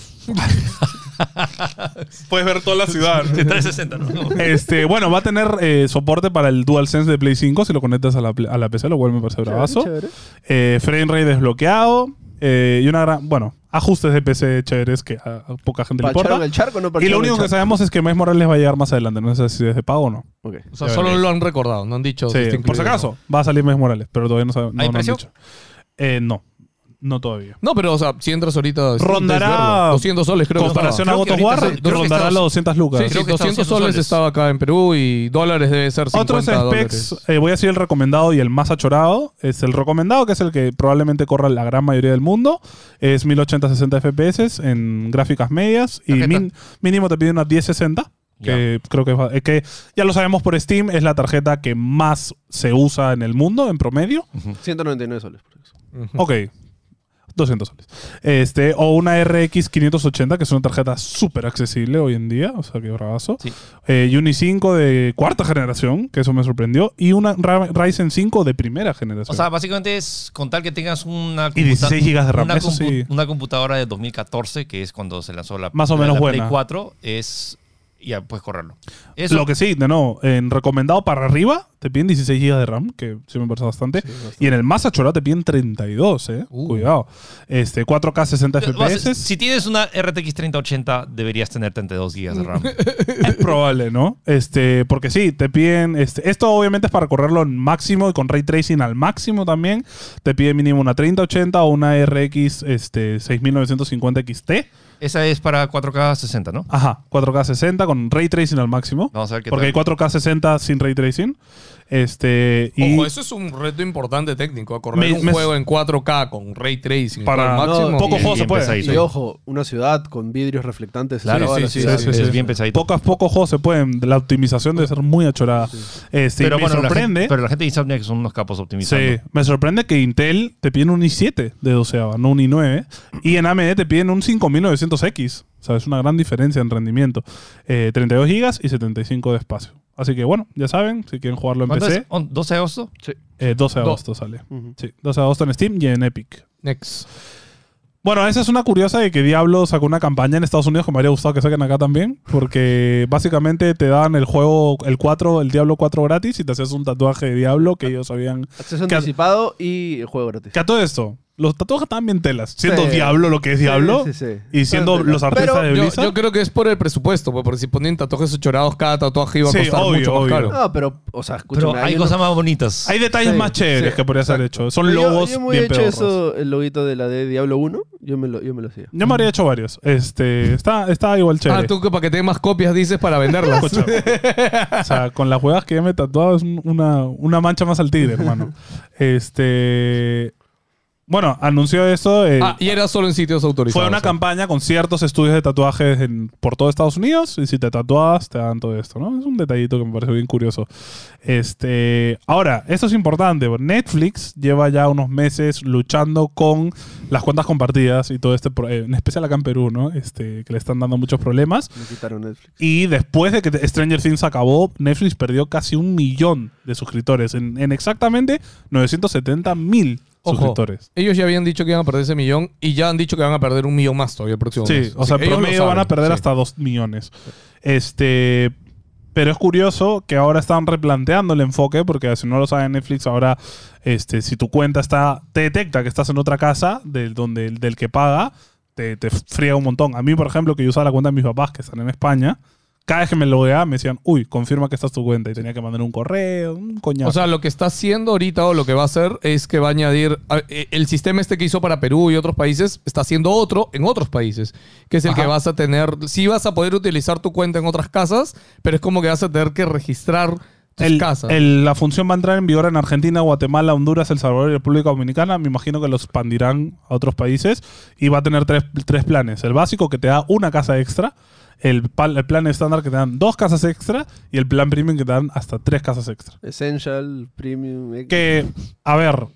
A: Puedes ver toda la ciudad.
D: De 360, ¿no?
A: Este, bueno, va a tener eh, soporte para el DualSense de Play 5 si lo conectas a la, pl- a la PC, lo cual me parece bravazo.
B: Chévere, chévere.
A: Eh, frame rate desbloqueado. eh, y una gran. Bueno, ajustes de PC chéveres que a, a poca gente le
B: ¿Parcharon
A: importa.
B: el charco o no
A: Y lo
B: parcharon
A: único
B: el
A: que
B: charco?
A: sabemos es que Miles Morales va a llegar más adelante. No sé si es de pago o no.
B: Ok.
C: O sea,
D: Ya
C: solo
D: veré.
C: lo han recordado, no han dicho.
A: Sí,
C: si está
A: por si
C: incluido o no.
A: acaso, va a salir Miles Morales, pero todavía no sabemos. No,
D: ¿Hay
A: no han
D: precio?
A: dicho. Eh, no, no todavía.
C: No, pero, o sea, si entras ahorita. es-
A: Rondará-
C: es verlo. 200 soles, creo. que
A: Comparación a
D: Creo
A: God
D: que
A: of
D: ahorita
A: War,
D: son- creo que
A: rondará
D: estamos-
A: las 200
C: estaba.
A: lucas.
C: Sí,
D: Creo
C: sí,
D: que está
C: 200
D: 200
C: soles
D: soles.
C: estaba acá en Perú y dólares debe ser 50
A: Otros
C: dólares.
A: specs, eh, voy a decir el recomendado y el más achorado. Es el recomendado, que es el que probablemente corra la gran mayoría del mundo. Es 1080-60 FPS en gráficas medias. Y
D: Tarjeta.
A: min- mínimo te pide una 1060. Que creo que, va- eh, que ya lo sabemos por Steam, es la tarjeta que más se usa en el mundo en promedio.
B: 199 soles. por eso.
C: Ujú.
A: Ok. 200 soles. Este, o una RX 580, que es una tarjeta súper accesible hoy en día, o sea, que bravazo.
D: Sí.
A: Eh, y un i5 de cuarta generación, que eso me sorprendió. Y una Ra- Ryzen 5 de primera generación.
D: O sea, básicamente es con tal que tengas una,
A: Y 16 gigas de RAM,
D: una,
A: eso sí.
D: una computadora de 2014, que es cuando se lanzó la,
A: Más o
D: la-
A: menos
D: la Play
A: buena.
D: 4, es. Ya puedes correrlo. Eso,
A: lo que sí, de nuevo, en recomendado para arriba te piden 16 GB de RAM, que sí me parece bastante. Y en el más achorado te piden 32, eh.
C: Uh.
A: Cuidado. Este, 4K 60
D: Vas-
A: FPS.
D: Si tienes una RTX 3080, deberías tener 32 GB de RAM.
A: Es probable, ¿no? Este, porque sí, te piden. Este, esto obviamente es para correrlo en máximo y con ray tracing al máximo también. Te piden mínimo una 3080 o una RX este, 6950 XT.
D: Esa es para 4K 60, ¿no?
A: Ajá, 4K 60 con ray tracing al máximo.
D: Vamos a ver qué
A: porque hay
D: tal.
A: 4K 60 sin ray tracing. Este, y
C: Ojo, eso es un reto importante técnico. a correr
A: Me-
C: un
A: me-
C: juego en 4K con ray tracing.
A: Para-
C: todo al
B: no,
C: máximo.
A: poco
C: Y-
A: juego
D: y
A: se puede.
D: empezáis. Sí,
B: Y
D: sí.
B: ojo, una ciudad con vidrios reflectantes.
D: Claro,
B: Toda la
C: sí, sí,
B: ciudad.
A: sí, sí.
D: es bien pesadito.
A: pocas, pocos juegos se pueden. La optimización debe ser muy achorada. Este, y me
D: la
A: sorprende.
D: gente, pero la gente de Insomniac son unos capos optimizando.
A: Sí, me sorprende que Intel te piden un i7 de 12, no un i9. Y en AMD te piden un 5900X. O sea, es una gran diferencia en rendimiento. Eh, 32 GB y 75 de espacio. Así que bueno, ya saben, si quieren jugarlo en
D: ¿Cuánto
A: PC,
D: es? ¿On- ¿12 de agosto?
A: eh, 12 de
C: Do-
A: agosto sale.
B: Ujú.
A: Sí, 12 de agosto en Steam y en Epic.
C: Next.
A: Bueno, esa es una curiosa de que Diablo sacó una campaña en Estados Unidos que me habría gustado que saquen acá también, porque básicamente te daban el juego, el 4, el Diablo 4 gratis y te hacías un tatuaje de Diablo que ellos habían
B: Acceso
A: Que-
B: anticipado y juego gratis.
A: Que a todo esto, los tatuajes estaban bien telas. Siendo
B: Sí.
A: Diablo lo que es Diablo.
B: Sí, sí, sí.
A: Y siendo
B: Pero-
A: los artistas
B: pero
A: de
C: Yo,
A: Blizzard.
C: yo creo que es por el presupuesto, pues, porque si ponían tatuajes chorados, cada tatuaje iba a
A: Sí,
C: costar
A: obvio,
C: mucho más
A: obvio.
C: caro.
B: No, pero, o sea, escúchame.
D: Pero hay
B: unos-
D: cosas más bonitas.
A: Hay detalles
B: Sí,
A: más chéveres
B: sí,
A: que podrías haber hecho. Son
B: Yo-
A: logos
B: Yo, me
A: bien
B: hubiera hecho
A: pedorros.
B: eso, el loguito de la de Diablo 1. Yo me lo, yo me lo hacía.
A: Yo me habría hecho varios. Este, está, está igual
C: Ah,
A: chévere.
C: tú que para que tengas más copias dices para venderlas.
A: O sea, con las huevas que ya me he tatuado es un- una, una mancha más al tigre, hermano. Este. Bueno, anunció eso. eh,
C: Ah, y era solo en sitios autorizados.
A: Fue una
C: ¿eh?
A: campaña con ciertos estudios de tatuajes en- por todo Estados Unidos y si te tatuabas te dan todo esto, ¿no? Es un detallito que me parece bien curioso. Este, ahora, esto es importante. Netflix lleva ya unos meses luchando con las cuentas compartidas y todo este, pro- eh, en especial acá en Perú, ¿no? Este, que le están dando muchos problemas.
B: Me quitaron Netflix.
A: Y después de que Stranger Things acabó, Netflix perdió casi un millón de suscriptores, en, en exactamente 970 mil
C: Ojo.
A: suscriptores.
C: Ellos ya habían dicho que iban a perder ese millón y ya han dicho que van a perder un millón más todavía el próximo mes.
A: Sí, o sea, en
C: ellos lo
A: promedio van a
C: saben,
A: perder
C: sí.
A: hasta 2 millones. Este. Pero es curioso que ahora están replanteando el enfoque, porque si no lo sabe Netflix, ahora este, si tu cuenta está. te detecta que estás en otra casa del, donde, del que paga, te, te fría un montón. A mí, por ejemplo, que yo usaba la cuenta de mis papás que están en España, cada vez que me logueaba me decían, uy, confirma que esta es tu cuenta. Y tenía que mandar un correo, un coñazo.
C: O sea, lo que está haciendo ahorita o lo que va a hacer es que va a añadir a- eh, el sistema este que hizo para Perú y otros países, está haciendo otro en otros países, que es el
A: Ajá.
C: que vas a tener, sí vas a poder utilizar tu cuenta en otras casas, pero es como que vas a tener que registrar tus
A: El-
C: casas.
A: el- la función va a entrar en vigor en Argentina, Guatemala, Honduras, El Salvador y República Dominicana. Me imagino que lo expandirán a otros países. Y va a tener tres, tres planes. El básico que te da una casa extra. El, pal- el plan estándar que te dan dos casas extra. Y el plan premium que te dan hasta tres casas extra.
B: Essential, Premium. eh,
A: Que, a ver.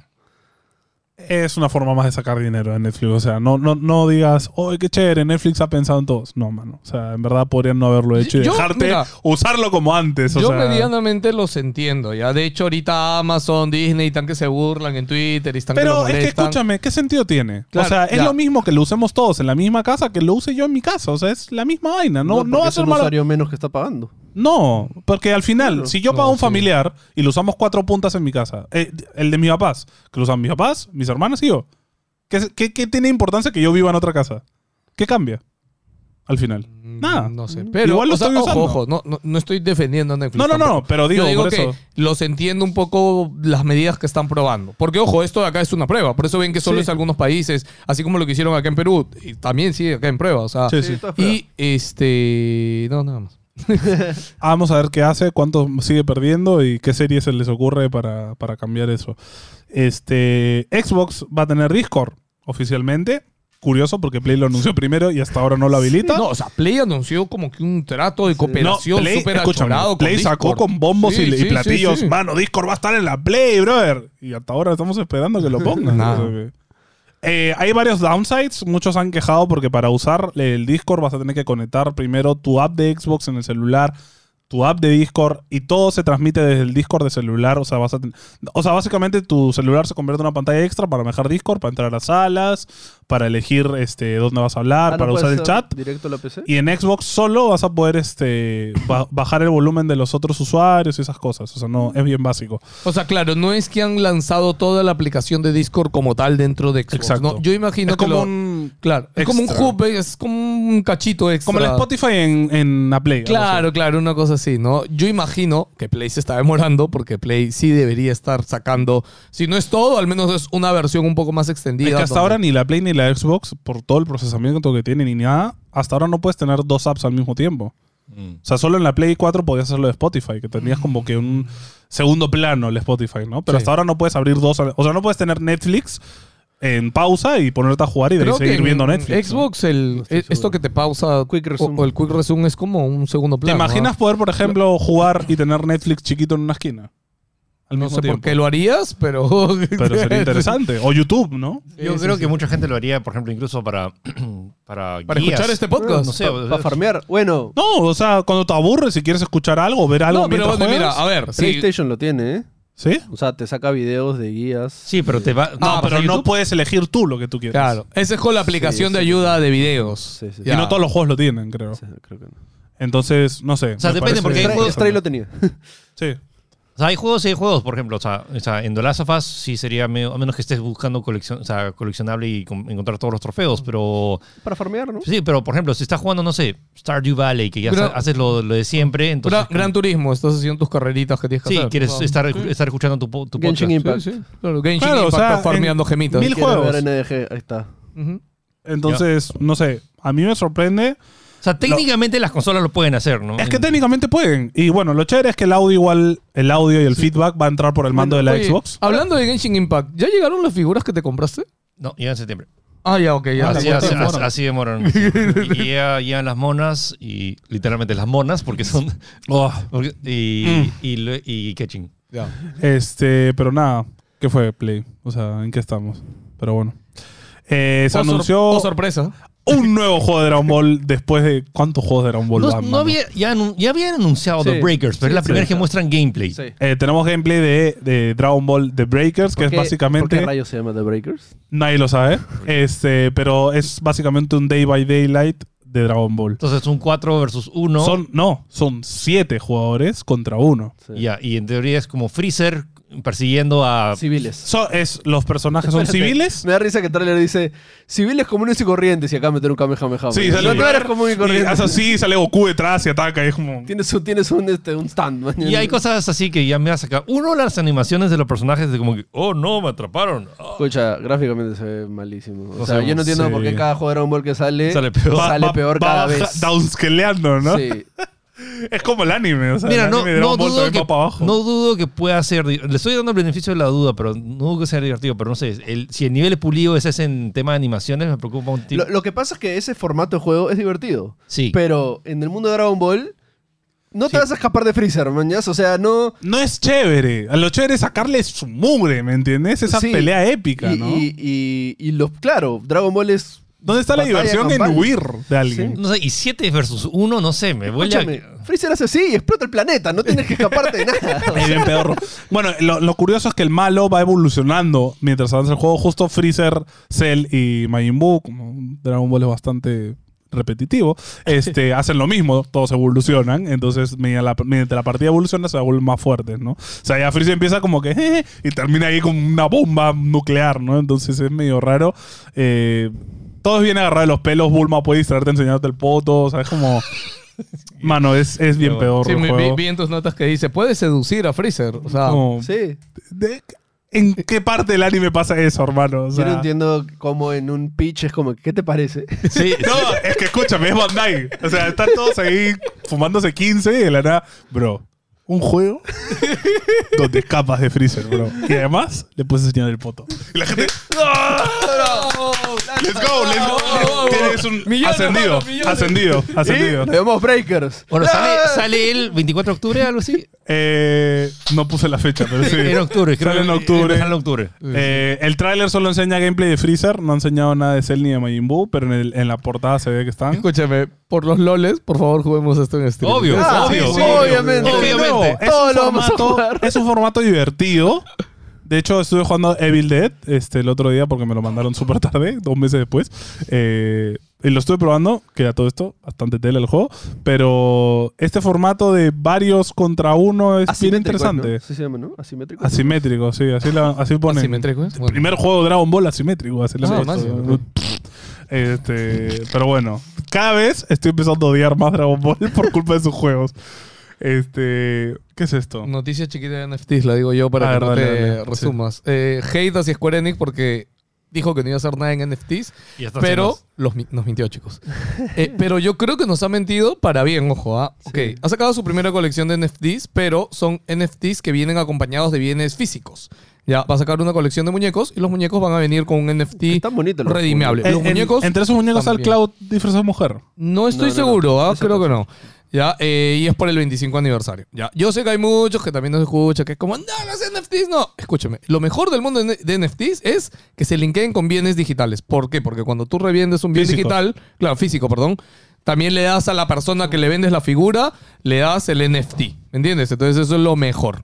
A: es una forma más de sacar dinero en Netflix. O sea, no, no, no digas, oh, qué chévere, Netflix ha pensado en todos. No, mano. O sea, en verdad podrían no haberlo hecho y
C: Yo-
A: dejarte
C: mira,
A: usarlo como antes. O
C: Yo
A: sea,
C: medianamente los entiendo, ya. De hecho, ahorita Amazon, Disney están que se burlan en Twitter y están que
A: Pero
C: los
A: es que
C: molestan.
A: escúchame, ¿qué sentido tiene?
C: Claro,
A: o sea, es
C: ya.
A: lo mismo que lo usemos todos en la misma casa que lo use yo en mi casa. O sea, es la misma vaina. No, no,
B: porque
A: va a
B: es
A: ser
B: un
A: malo.
B: usuario menos que está pagando.
A: No, porque al final,
B: Claro.
A: si yo pago
C: No,
A: un
C: sí.
A: familiar y lo usamos cuatro puntas en mi casa, eh, el de mis papás, que lo usan mis papás, mis hermanas y yo, ¿qué, es- qué, qué tiene importancia que yo viva en otra casa? ¿Qué cambia? Al final.
C: Mm,
A: Nada.
C: No sé. Pero,
A: Igual lo
C: o sea,
A: estoy usando.
C: Ojo, ojo, no, no, no estoy defendiendo a Netflix.
A: No, no, no,
C: tampoco.
A: pero digo,
C: Yo digo
A: por
C: que
A: eso.
C: los entiendo un poco las medidas que están probando. Porque, ojo, esto de acá es una prueba. Por eso ven que solo
B: Sí.
C: es algunos países, así como lo que hicieron acá en Perú. Y también sigue acá en prueba. O sea,
A: Sí, sí.
B: esto es
C: y este. No, nada más.
A: Ah, Vamos a ver qué hace, cuánto sigue perdiendo y qué serie se les ocurre para, para cambiar eso. Este, Xbox va a tener Discord oficialmente. Curioso porque Play lo anunció primero y hasta ahora no lo habilita.
C: No, o sea, Play anunció como que un trato de cooperación
A: No, Play-
C: súper
A: escúchame,
C: achorado con
A: Play sacó
C: Discord.
A: con bombos
C: Sí,
A: y, y
C: sí, sí,
A: platillos.
C: sí.
A: Mano, Discord va a estar en la Play, brother. Y hasta ahora estamos esperando que lo pongan.
C: Nada.
A: O sea que- Eh, hay varios downsides. Muchos han quejado porque para usar el Discord vas a tener que conectar primero tu app de Xbox en el celular, tu app de Discord y todo se transmite desde el Discord de celular. O sea, vas a ten- o sea, básicamente tu celular se convierte en una pantalla extra para manejar Discord, para entrar a las salas, para elegir este, dónde vas a hablar,
B: Ah, ¿no
A: para
B: puede
A: usar el
B: ser
A: chat.
B: Directo a la PC.
A: Y en Xbox solo vas a poder este, ba- bajar el volumen de los otros usuarios y esas cosas. O sea, no, es bien básico.
C: O sea, claro, no es que han lanzado toda la aplicación de Discord como tal dentro de Xbox.
A: Exacto.
C: ¿no? Yo imagino
A: es
C: que
A: como
C: lo-
A: un-
C: Claro, es como un
A: Extra.
C: hub, es como un cachito extra.
A: como el Spotify en, en la Play. algo
C: Claro, claro, una cosa así, ¿no? Yo imagino que Play se está demorando porque Play sí debería estar sacando, si no es todo, al menos es una versión un poco más
A: así.
C: extendida.
A: Es que hasta
C: donde-
A: ahora ni la Play ni la Xbox, por todo el procesamiento que tienen y nada, hasta ahora no puedes tener dos apps al mismo tiempo. O sea, solo en la Play 4 podías hacerlo de Spotify, que tenías como que un segundo plano el Spotify, ¿no? Pero
C: Sí.
A: hasta ahora no puedes abrir dos. al- O sea, no puedes tener Netflix en pausa y ponerte a jugar y de ahí
C: Creo que
A: seguir
C: en
A: viendo Netflix. ¿no?
C: Xbox, el,
B: No estoy
C: eh, esto
B: seguro.
C: que te pausa
B: Quick
C: o-
B: resume.
C: O, el quick resume es como un segundo
A: ¿Te
C: plano. ¿ah?
A: imaginas poder, por ejemplo, jugar y tener Netflix chiquito en una esquina? Al
C: No
A: mismo
C: sé por
A: tiempo.
C: qué lo harías, pero...
A: Pero sería interesante. O YouTube, ¿no?
C: Sí,
D: Yo
C: sí,
D: creo
C: sí.
D: que mucha gente lo haría, por ejemplo, incluso para. Para,
C: Para
D: guías.
C: escuchar este podcast.
D: No sé,
B: Para farmear. Bueno,
A: No, o sea, cuando te aburres y quieres escuchar algo, ver algo
C: No, pero
A: mientras
C: bueno, mira,
A: juegas.
C: a ver, sí.
B: PlayStation lo tiene, ¿eh?
A: ¿Sí?
B: O sea, te saca videos de guías.
D: Sí, pero te va. No,
A: No,
C: Ah,
A: pero
D: para
A: no
D: YouTube.
A: puedes elegir tú lo que tú quieres.
C: Claro, esa es con la aplicación
B: Sí,
C: de
B: sí.
C: ayuda de videos.
B: Sí, sí, sí.
A: Y no todos los juegos lo tienen, creo.
B: O sea, creo que no.
A: Entonces, no sé.
D: O sea,
A: me parece
D: depende, porque hay
B: Stray,
D: juegos-
B: Stray lo tenía.
A: Sí.
D: O sea, hay juegos y hay juegos, por ejemplo. O sea, o sea, en The Last of Us sí sería, medio- a menos que estés buscando coleccion, o sea, coleccionable y con- encontrar todos los trofeos, pero.
B: Para farmear, ¿no?
D: Sí, pero por ejemplo, si estás jugando, no sé, Stardew Valley, que ya
C: Pero-
D: sa- haces lo, lo de siempre, entonces.
C: Gran, Gran Turismo, estás haciendo tus carreritas que tienes que
D: sí,
C: hacer.
D: quieres
C: Wow.
D: estar, estar escuchando tu, po- tu podcast.
B: Genshin Impact.
C: Sí, sí. Claro, Genshin
A: Claro, o
C: Impact
A: sea,
C: está farmeando
A: en
C: gemitas.
A: mil-
B: Quiero
A: juegos.
B: ver NDG, ahí está.
C: Ujú.
A: Entonces, no sé. A mí me sorprende.
D: O sea, técnicamente las consolas lo pueden hacer, ¿no?
A: Es que técnicamente pueden. Y bueno, lo chévere es que el audio igual, el audio y el feedback va a entrar por el mando de la
C: Oye,
A: Xbox.
C: Hablando de Genshin Impact, ¿ya llegaron las figuras que te compraste?
D: No, llega en septiembre.
C: Ah, ya, ok, ya.
A: Ah,
D: Así,
A: la
D: así,
A: cuota de
D: así-
A: mono.
D: así demoraron. Y llega- llegan las monas y literalmente las monas porque son... porque- y, y, lo- y catching.
C: Ya.
A: Este, pero nada, ¿qué fue Play? O sea, ¿en qué estamos? Pero bueno. Eh, se
C: Oh, sor-
A: anunció
C: oh, sorpresa.
A: un nuevo juego de Dragon Ball después de cuántos juegos de Dragon Ball
D: No,
A: van,
D: no
A: mano?
D: había, ya, anun- ya habían anunciado The
B: Sí.
D: Breakers, pero
B: Sí,
D: es la
B: sí,
D: primera
B: sí.
D: que muestran gameplay.
B: Sí.
A: Eh, tenemos gameplay de, de Dragon Ball The Breakers, que
B: ¿Por
A: es
B: qué- ¿Por qué
A: básicamente.
B: rayos se llama The Breakers?
A: Nadie lo sabe. Este, pero es básicamente un Day by Daylight de Dragon Ball.
D: Entonces un 4 versus 1.
A: Son, no, son siete jugadores contra uno.
B: Sí.
D: Ya, y en teoría es como Freezer persiguiendo a...
B: Civiles.
A: So- es, los personajes son
B: Espérate,
A: civiles.
B: Me da risa que el trailer dice civiles comunes y corrientes y acá meter un Kamehameha.
A: Sí,
B: No,
A: sale
B: no eres común y
A: Y
B: corriente.
A: hace así, sale Goku detrás y ataca. Y es como.
B: Tienes un, tienes un, este, un stand. man.
D: Y hay cosas así que ya me ha sacado. Uno, las animaciones de los personajes de como que, oh no, me atraparon. Ah.
B: Escucha, gráficamente se ve malísimo. O
D: No
B: sea,
D: sé,
B: yo no entiendo
A: sí.
B: por qué cada juego de Dragon Ball que sale
D: Sale peor.
A: va-
B: ¿Eh? sale
A: va-
B: peor
A: va
B: cada
A: baja-
B: vez.
A: Downscaleando, ¿no?
B: Sí.
A: Es como el anime, o sea,
D: Ah, Mira,
A: el
D: no,
A: anime de
D: no
A: Dragon Ball
D: dudo
A: también
D: que,
A: va para abajo.
D: no dudo que pueda ser. di- Le estoy dando el beneficio de la duda, pero no dudo que sea divertido. Pero no sé, el- si el nivel pulido ese es en tema de animaciones, me preocupa un tipo.
B: Lo, lo que pasa es que ese formato de juego es divertido.
D: sí.
B: Pero en el mundo de Dragon Ball, No te vas a escapar de Freezer, mañas. O sea, no.
A: No es chévere. A lo chévere es sacarle su mugre, ¿me entiendes? Esa
B: Sí.
A: pelea épica,
B: y,
A: ¿no?
B: y, y- y los, claro, Dragon Ball es.
A: ¿Dónde está la
B: Batalla
A: diversión en
B: campal.
A: huir de alguien?
D: No sé, y 7 versus 1, no sé, me vuelve a...
B: Escúchame, Freezer hace así y explota el planeta. No tienes que escaparte de nada.
A: Ahí bien pedorro. Bueno, lo, lo curioso es que el malo va evolucionando mientras avanza el juego. Justo Freezer, Cell y Majin Buu, como Dragon Ball es bastante repetitivo, este, hacen lo mismo, todos evolucionan, entonces mediante la, mediante la partida evoluciona se vuelven más fuertes, ¿no? O sea, ya Freezer empieza como que "Eh", y termina ahí con una bomba nuclear, ¿no? Entonces es medio raro. Eh, todo es bien agarrado de los pelos, Bulma puede distraerte enseñándote el poto, o sea, es como... Mano, es, es bien peor.
C: Sí, vi, vi- vi en tus notas que dice, puedes seducir a Freezer. O sea,
B: Sí.
A: ¿De- ¿En qué parte del anime pasa eso, hermano? O sea,
B: Yo no entiendo cómo en un pitch es como, ¿qué te parece?
D: Sí,
A: No, es que escúchame, es Bandai. O sea, están todos ahí fumándose 15 y de la nada, bro. Un juego donde escapas de Freezer, bro. Y además le puedes enseñar el poto. Y la gente, let's go, let's go. Tienes un
C: Millones,
A: ascendido,
C: mano, millones.
A: ascendido, ascendido.
B: Nos vemos Breakers.
D: Bueno, sale,
A: Ah.
D: sale el 24 de octubre, algo así.
A: Eh, no puse la fecha, pero sí.
D: En octubre, creo.
A: Sale en
D: que-
A: octubre.
D: Sale en octubre.
A: Eh, el tráiler solo enseña gameplay de Freezer, no ha enseñado nada de Cell ni de Majin Buu, pero en, el- en la portada se ve que están.
C: Escúchame, por los loles, por favor, juguemos esto en stream.
D: Obvio,
B: Ah,
D: obvio.
B: sí, sí,
D: obvio.
B: obviamente.
A: De nuevo,
D: Obviamente.
A: es,
B: Todo
A: un
B: lo vamos a
A: formato,
B: jugar.
A: es un formato divertido. De hecho, estuve jugando Evil Dead este, el otro día porque me lo mandaron súper tarde, dos meses después. Eh, y lo estuve probando, que era todo esto, bastante tela el juego. Pero este formato de varios contra uno
B: Ah,
A: es bien
B: Asimétrico, ¿no?
A: interesante.
B: Sí se llama, ¿no? Asimétrico.
A: Asimétrico, sí, así, la, así ponen.
C: Asimétrico, ¿es? ¿eh? Bueno.
A: Primer juego Dragon Ball asimétrico, así le
C: Ah,
A: han puesto.
C: máximo, ok.
A: Este, pero bueno, cada vez estoy empezando a odiar más Dragon Ball por culpa de sus juegos. Este, ¿qué es esto?
C: Noticia chiquita de NFTs, la digo yo para
A: A
C: que
A: ver,
C: no
A: dale,
C: te
A: dale.
C: resumas. Eh, hate hacia Square Enix porque dijo que no iba a hacer nada en NFTs,
D: Y hasta
C: pero
D: cenas.
C: los, mi- nos mintió, chicos. Eh, pero yo creo que nos ha mentido para bien, ojo. ¿ah? Ok, ha sacado su primera colección de NFTs, pero son NFTs que vienen acompañados de bienes físicos. Ya, va a sacar una colección de muñecos y los muñecos van a venir con un NFT
B: Están bonitos los
C: redimiable.
A: Eh,
C: Los
A: en-
C: muñecos
A: entre esos muñecos al
C: también.
A: Cloud disfrazado de mujer.
C: No estoy
B: No, no, no.
C: seguro, ¿ah?
B: Esa
C: creo que no. Ya, eh, y es por el 25 aniversario. Ya. Yo sé que hay muchos que también nos escuchan, que es como, no, los NFTs no. Escúchame, lo mejor del mundo de de NFTs es que se linkeen con bienes digitales. ¿Por qué? Porque cuando tú reviendes un bien
A: Físico.
C: digital, claro, físico, perdón, también le das a la persona que le vendes la figura, le das el NFT. ¿Me entiendes? Entonces eso es lo mejor.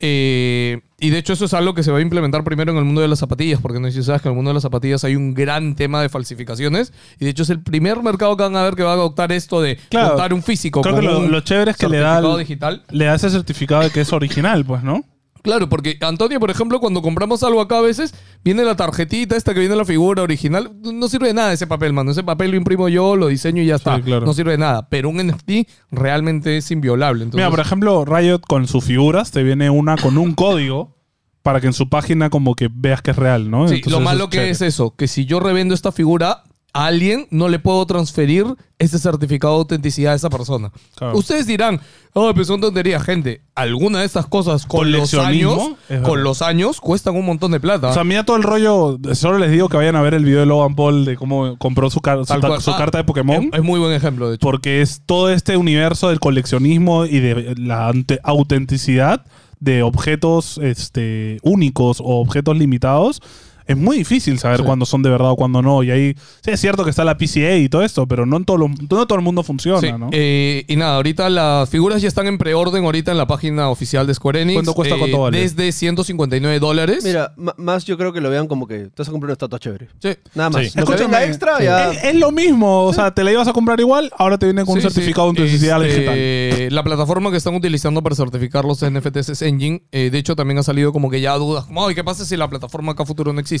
C: Eh, y de hecho eso es algo que se va a implementar primero en el mundo de las zapatillas, porque no sé si sabes que en el mundo de las zapatillas hay un gran tema de falsificaciones y de hecho es el primer mercado que van a ver que va a adoptar esto de
A: Claro.
C: adoptar un físico.
A: Creo que
C: con
A: lo,
C: un
A: lo chévere es que le da,
C: certificado
A: el-
C: digital.
A: le da ese certificado de que es original, pues, ¿no?
C: Claro, porque Antonio, por ejemplo, cuando compramos algo acá a veces, viene la tarjetita, esta que viene la figura original. No sirve de nada ese papel, mano. Ese papel lo imprimo yo, lo diseño y ya está.
A: claro.
C: No sirve de nada. Pero un NFT realmente es inviolable. Entonces,
A: Mira, por ejemplo, Riot con sus figuras te viene una con un código para que en su página como que veas que es real, ¿no?
C: Sí,
A: Entonces,
C: lo
A: eso
C: malo que
A: chévere.
C: es eso, que si yo revendo esta figura, a alguien no le puedo transferir ese certificado de autenticidad a esa persona.
A: Claro.
C: Ustedes dirán, oh, pero son tonterías, gente. Alguna de estas cosas con los
A: Coleccionismo,
C: años,
A: es verdad.
C: con los años, cuestan un montón de plata.
A: O sea, mira todo el rollo. Solo les digo que vayan a ver el video de Logan Paul de cómo compró su, car- su
C: Tal
A: ta-
C: cual.
A: su
C: Ah,
A: carta de Pokémon.
C: es, es muy buen ejemplo, de hecho.
A: Porque es todo este universo del coleccionismo y de la ante- autenticidad de objetos este, únicos o objetos limitados. Es muy difícil saber
C: Sí.
A: cuándo son de verdad o cuándo no. Y ahí sí es cierto que está la PCA y todo esto, pero no en todo, lo- no todo el mundo funciona,
C: Sí,
A: ¿no?
C: eh, y nada, ahorita las figuras ya están en preorden ahorita en la página oficial de Square Enix.
A: ¿Cuánto cuesta,
C: Eh,
A: cuánto vale?
C: Desde 159 dólares.
B: Mira, ma- más yo creo que lo vean como que te vas a comprar una estatua chévere.
C: Sí.
B: Nada más.
D: Sí.
B: Lo que
A: Escúchame, Eh,
B: venga extra ya.
A: Es, es lo mismo, o sea, te la ibas a comprar igual, ahora te viene con
C: Sí,
A: un certificado
C: sí.
A: de autenticidad
C: Este,
A: digital.
C: La plataforma que están utilizando para certificar los NFTs es Engine. Eh, de hecho, también ha salido como que ya dudas, como, "Ay, ¿qué pasa si la plataforma acá futuro no existe?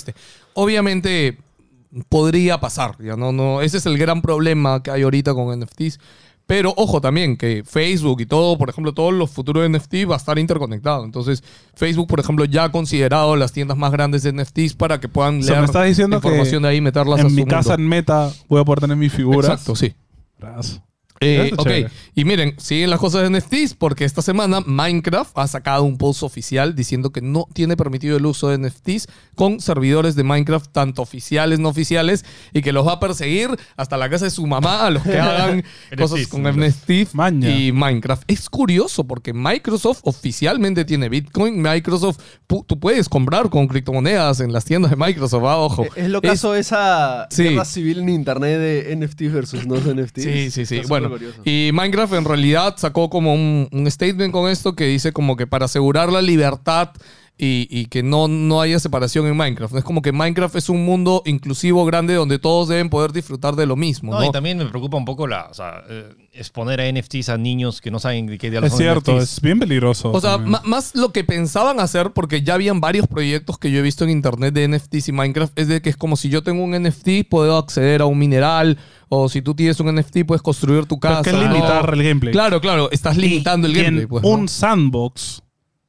C: Obviamente podría pasar, ya no, no, ese es el gran problema que hay ahorita con NFTs. Pero ojo también que Facebook y todo, por ejemplo, todos los futuros NFT va a estar interconectado. Entonces, Facebook, por ejemplo, ya ha considerado las tiendas más grandes de NFTs para que puedan
A: O
C: leer
A: sea, me estás diciendo que
C: información de ahí y meterlas a
A: en
C: su
A: mi
C: mundo.
A: casa en Meta voy a poder tener mis figuras.
C: Exacto, sí.
A: Brazo.
C: Eh,
A: Eso es
C: ok,
A: chévere.
C: y miren, siguen las cosas de NFTs porque esta semana Minecraft ha sacado un post oficial diciendo que no tiene permitido el uso de NFTs con servidores de Minecraft, tanto oficiales, no oficiales, y que los va a perseguir hasta la casa de su mamá a los que hagan cosas
D: NFTs,
C: con
D: ¿no?
C: NFTs
A: Maña.
C: y Minecraft. Es curioso porque Microsoft oficialmente tiene Bitcoin. Microsoft, pu- tú puedes comprar con criptomonedas en las tiendas de Microsoft, ah, ojo.
B: E-, Es lo caso esa
C: Sí.
B: guerra civil en internet de NFTs versus no NFTs.
C: Sí, sí, sí.
B: Está súper
C: Bueno,
B: curioso.
C: y Minecraft en realidad sacó como un, un statement con esto que dice como que para asegurar la libertad y, y que no, no haya separación en Minecraft. Es como que Minecraft es un mundo inclusivo grande donde todos deben poder disfrutar de lo mismo.
D: No,
C: No,
D: y también me preocupa un poco la, o sea, eh, exponer a NFTs a niños que no saben de qué diablos
A: Es
D: son
A: cierto,
D: NFTs.
A: es bien peligroso.
C: O sea,
A: también.
C: ma- más lo que pensaban hacer, porque ya habían varios proyectos que yo he visto en internet de NFTs y Minecraft, es de que es como si yo tengo un NFT, puedo acceder a un mineral, o si tú tienes un NFT, puedes construir tu
A: Pero
C: casa.
A: es que es
C: ¿no?
A: limitar el gameplay.
C: Claro, claro, estás limitando el
A: Y en
C: gameplay. pues, ¿no?
A: Un sandbox,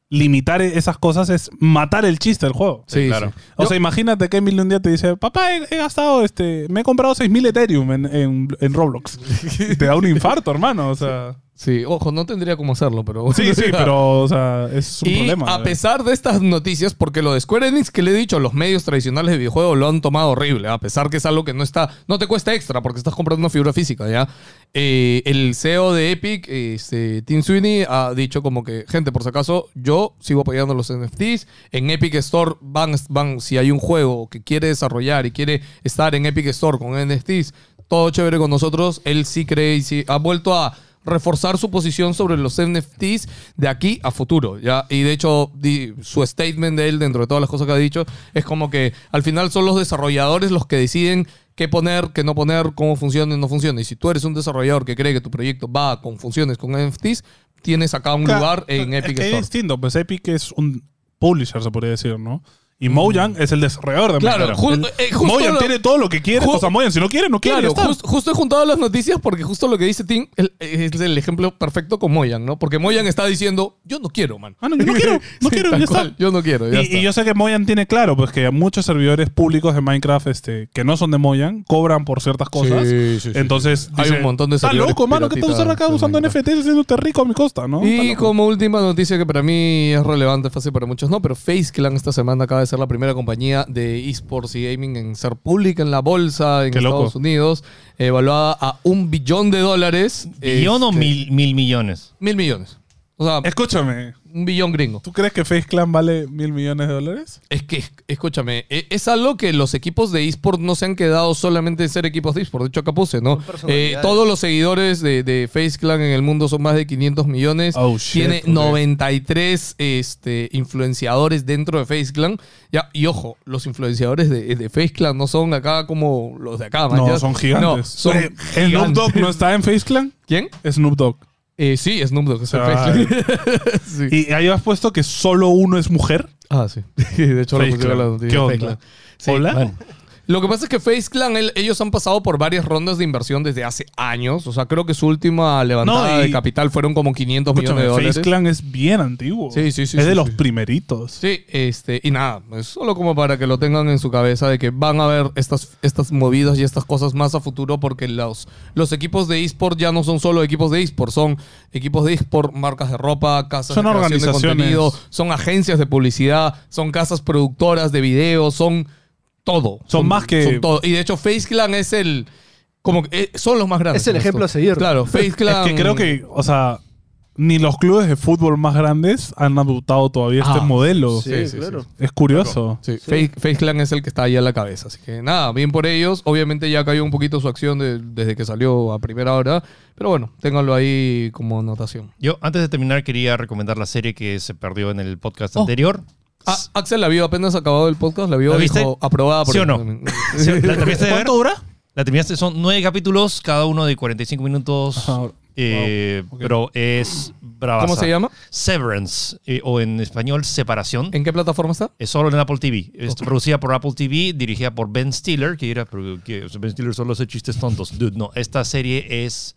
A: limitar esas cosas es matar el chiste del juego.
C: Sí,
D: Sí, claro.
C: sí.
A: O sea, imagínate que Emily un día te dice, papá, he, he gastado, este, me he comprado 6.000 Ethereum en, en, en Roblox. Y te da un infarto, hermano. O sea,
C: Sí, ojo, no tendría cómo hacerlo, pero...
A: sí, sí, pero o sea, es un
C: y
A: problema. eh.
C: a pesar de estas noticias, porque lo de Square Enix que le he dicho, los medios tradicionales de videojuegos lo han tomado horrible, a pesar que es algo que no está, no te cuesta extra porque estás comprando una figura física, ¿ya? Eh, el CEO de Epic, este, Tim Sweeney, ha dicho como que, gente, por si acaso, yo sigo apoyando los NFTs, en Epic Store van, van, si hay un juego que quiere desarrollar y quiere estar en Epic Store con NFTs, todo chévere con nosotros, él sí cree y sí, ha vuelto a reforzar su posición sobre los NFTs de aquí a futuro. ¿ya? Y de hecho, di- su statement de él, dentro de todas las cosas que ha dicho, es como que al final son los desarrolladores los que deciden qué poner, qué no poner, cómo funciona y no funciona. Y si tú eres un desarrollador que cree que tu proyecto va con funciones con NFTs, tienes acá un lugar en
A: es
C: Epic
A: que Es
C: Store.
A: distinto, pues Epic es un publisher, se podría decir, ¿no? Y Mojang es el desarrollador de
C: Mm. Claro,
A: Minecraft.
C: ju-
A: El-
C: eh, justo
A: Mojang
C: lo-
A: tiene todo lo que quiere.
C: ju-
A: O sea, Mojang, si no quiere, no quiere.
C: Claro,
A: ya está.
C: jus- justo he juntado las noticias porque justo lo que dice Tim el- es el ejemplo perfecto con Moyan, ¿no? Porque Moyan está diciendo, yo no quiero, man.
A: Ah, no, yo no quiero, no quiero,
C: tal
A: ya está.
C: cual, Yo no quiero, ya
A: Y,
C: está.
A: y yo sé que Mojang tiene claro, pues que muchos servidores públicos de Minecraft este, que no son de Mojang cobran por ciertas cosas.
C: Sí, sí, sí.
A: Entonces,
C: Hay un montón de
A: Está
C: servidores
A: loco, mano, que te
C: piratitas
A: usar acá
C: de
A: usando
C: Minecraft".
A: NFTs haciéndote rico a mi costa, ¿no? Está
C: Y
A: loco.
C: como última noticia que para mí es relevante, fácil para muchos no, pero FaceClan esta semana acaba de ser la primera compañía de esports y gaming en ser pública en la bolsa en
A: Qué loco.
C: Estados Unidos, evaluada a un billón de dólares.
D: ¿Billón o
C: este,
D: mil, mil millones?
C: Mil millones. O sea,
A: Escúchame,
C: un billón gringo.
A: ¿tú crees que Face Clan vale mil millones de dólares?
C: Es que, escúchame, e- es algo que los equipos de eSport no se han quedado solamente en ser equipos de eSport. De hecho, acá puse, ¿no?
B: personalidades.
C: Eh, todos los seguidores de, de Face Clan en el mundo son más de 500 millones.
A: Oh, shit,
C: Tiene
A: ok.
C: 93 este, influenciadores dentro de Face Clan. Ya, y ojo, los influenciadores de, de Face Clan no son acá como los de acá, Ah, man,
A: No,
C: ya.
A: son gigantes.
C: No, son
A: Oye, ¿El Snoop
C: gigantes.
A: Dogg no está en Face Clan?
C: ¿Quién?
A: Snoop Dogg.
C: Eh, sí, es Dogg. es el
A: Ah.
C: Face Clan. Sí.
A: ¿Y ahí has puesto que solo uno es mujer?
C: Ah, sí. De hecho, lo
A: Face
C: pusieron
A: Clan.
C: en la noticia.
A: ¿Qué
C: Face
A: onda?
C: Clan. Sí.
A: Hola.
C: Lo que pasa es que Face Clan, el- ellos han pasado por varias rondas de inversión desde hace años. O sea, creo que su última levantada
A: No, y-
C: de capital fueron como 500
A: Escúchame,
C: millones de
A: Face
C: dólares.
A: Clan es bien antiguo.
C: Sí, sí, sí,
A: Es
C: sí,
A: de
C: sí.
A: los primeritos.
C: Sí, este, y nada, es solo como para que lo tengan en su cabeza de que van a ver estas, estas movidas y estas cosas más a futuro porque los, los equipos de eSport ya no son solo equipos de eSport, son equipos de eSport, marcas de ropa, casas
A: Son
C: de creación de
A: organizaciones.
C: contenido, son agencias de publicidad, son casas productoras de video, son todo.
A: Son más que-
C: son todo. Y de hecho Face Clan es el... Como, que, eh, son los más grandes.
B: Es el
C: en
B: ejemplo
C: esto.
B: a seguir.
C: Claro, Face
A: Es
C: Clan...
A: que creo que, o sea, ni los clubes de fútbol más grandes han adoptado todavía
C: Ah,
A: este modelo.
B: Sí,
C: Sí, sí,
B: claro.
C: sí.
A: Es curioso.
C: Sí, Face, Face Clan es el que está ahí a la cabeza. Así que nada, bien por ellos. Obviamente ya cayó un poquito su acción de- desde que salió a primera hora. Pero bueno, ténganlo ahí como anotación.
D: Yo, antes de terminar, quería recomendar la serie que se perdió en el podcast
C: Oh.
D: anterior.
C: Ah, Axel la vio apenas acabado el podcast, la vio
D: ¿La
C: dijo,
D: viste?
C: aprobada por
D: ¿Sí o no? ¿Sí? ¿La terminaste de ver?
A: dura?
D: La terminaste, son nueve capítulos, cada uno de 45 minutos.
A: Ajá.
D: eh, Pero es bravaza.
C: ¿Cómo se llama?
D: Severance, eh, o en español, Separación.
C: ¿En qué plataforma está?
D: Es solo en Apple TV. Es producida por Apple TV, dirigida por Ben Stiller, que era. pero que- o sea, ben Stiller solo hace chistes tontos. Dude, no. Esta serie es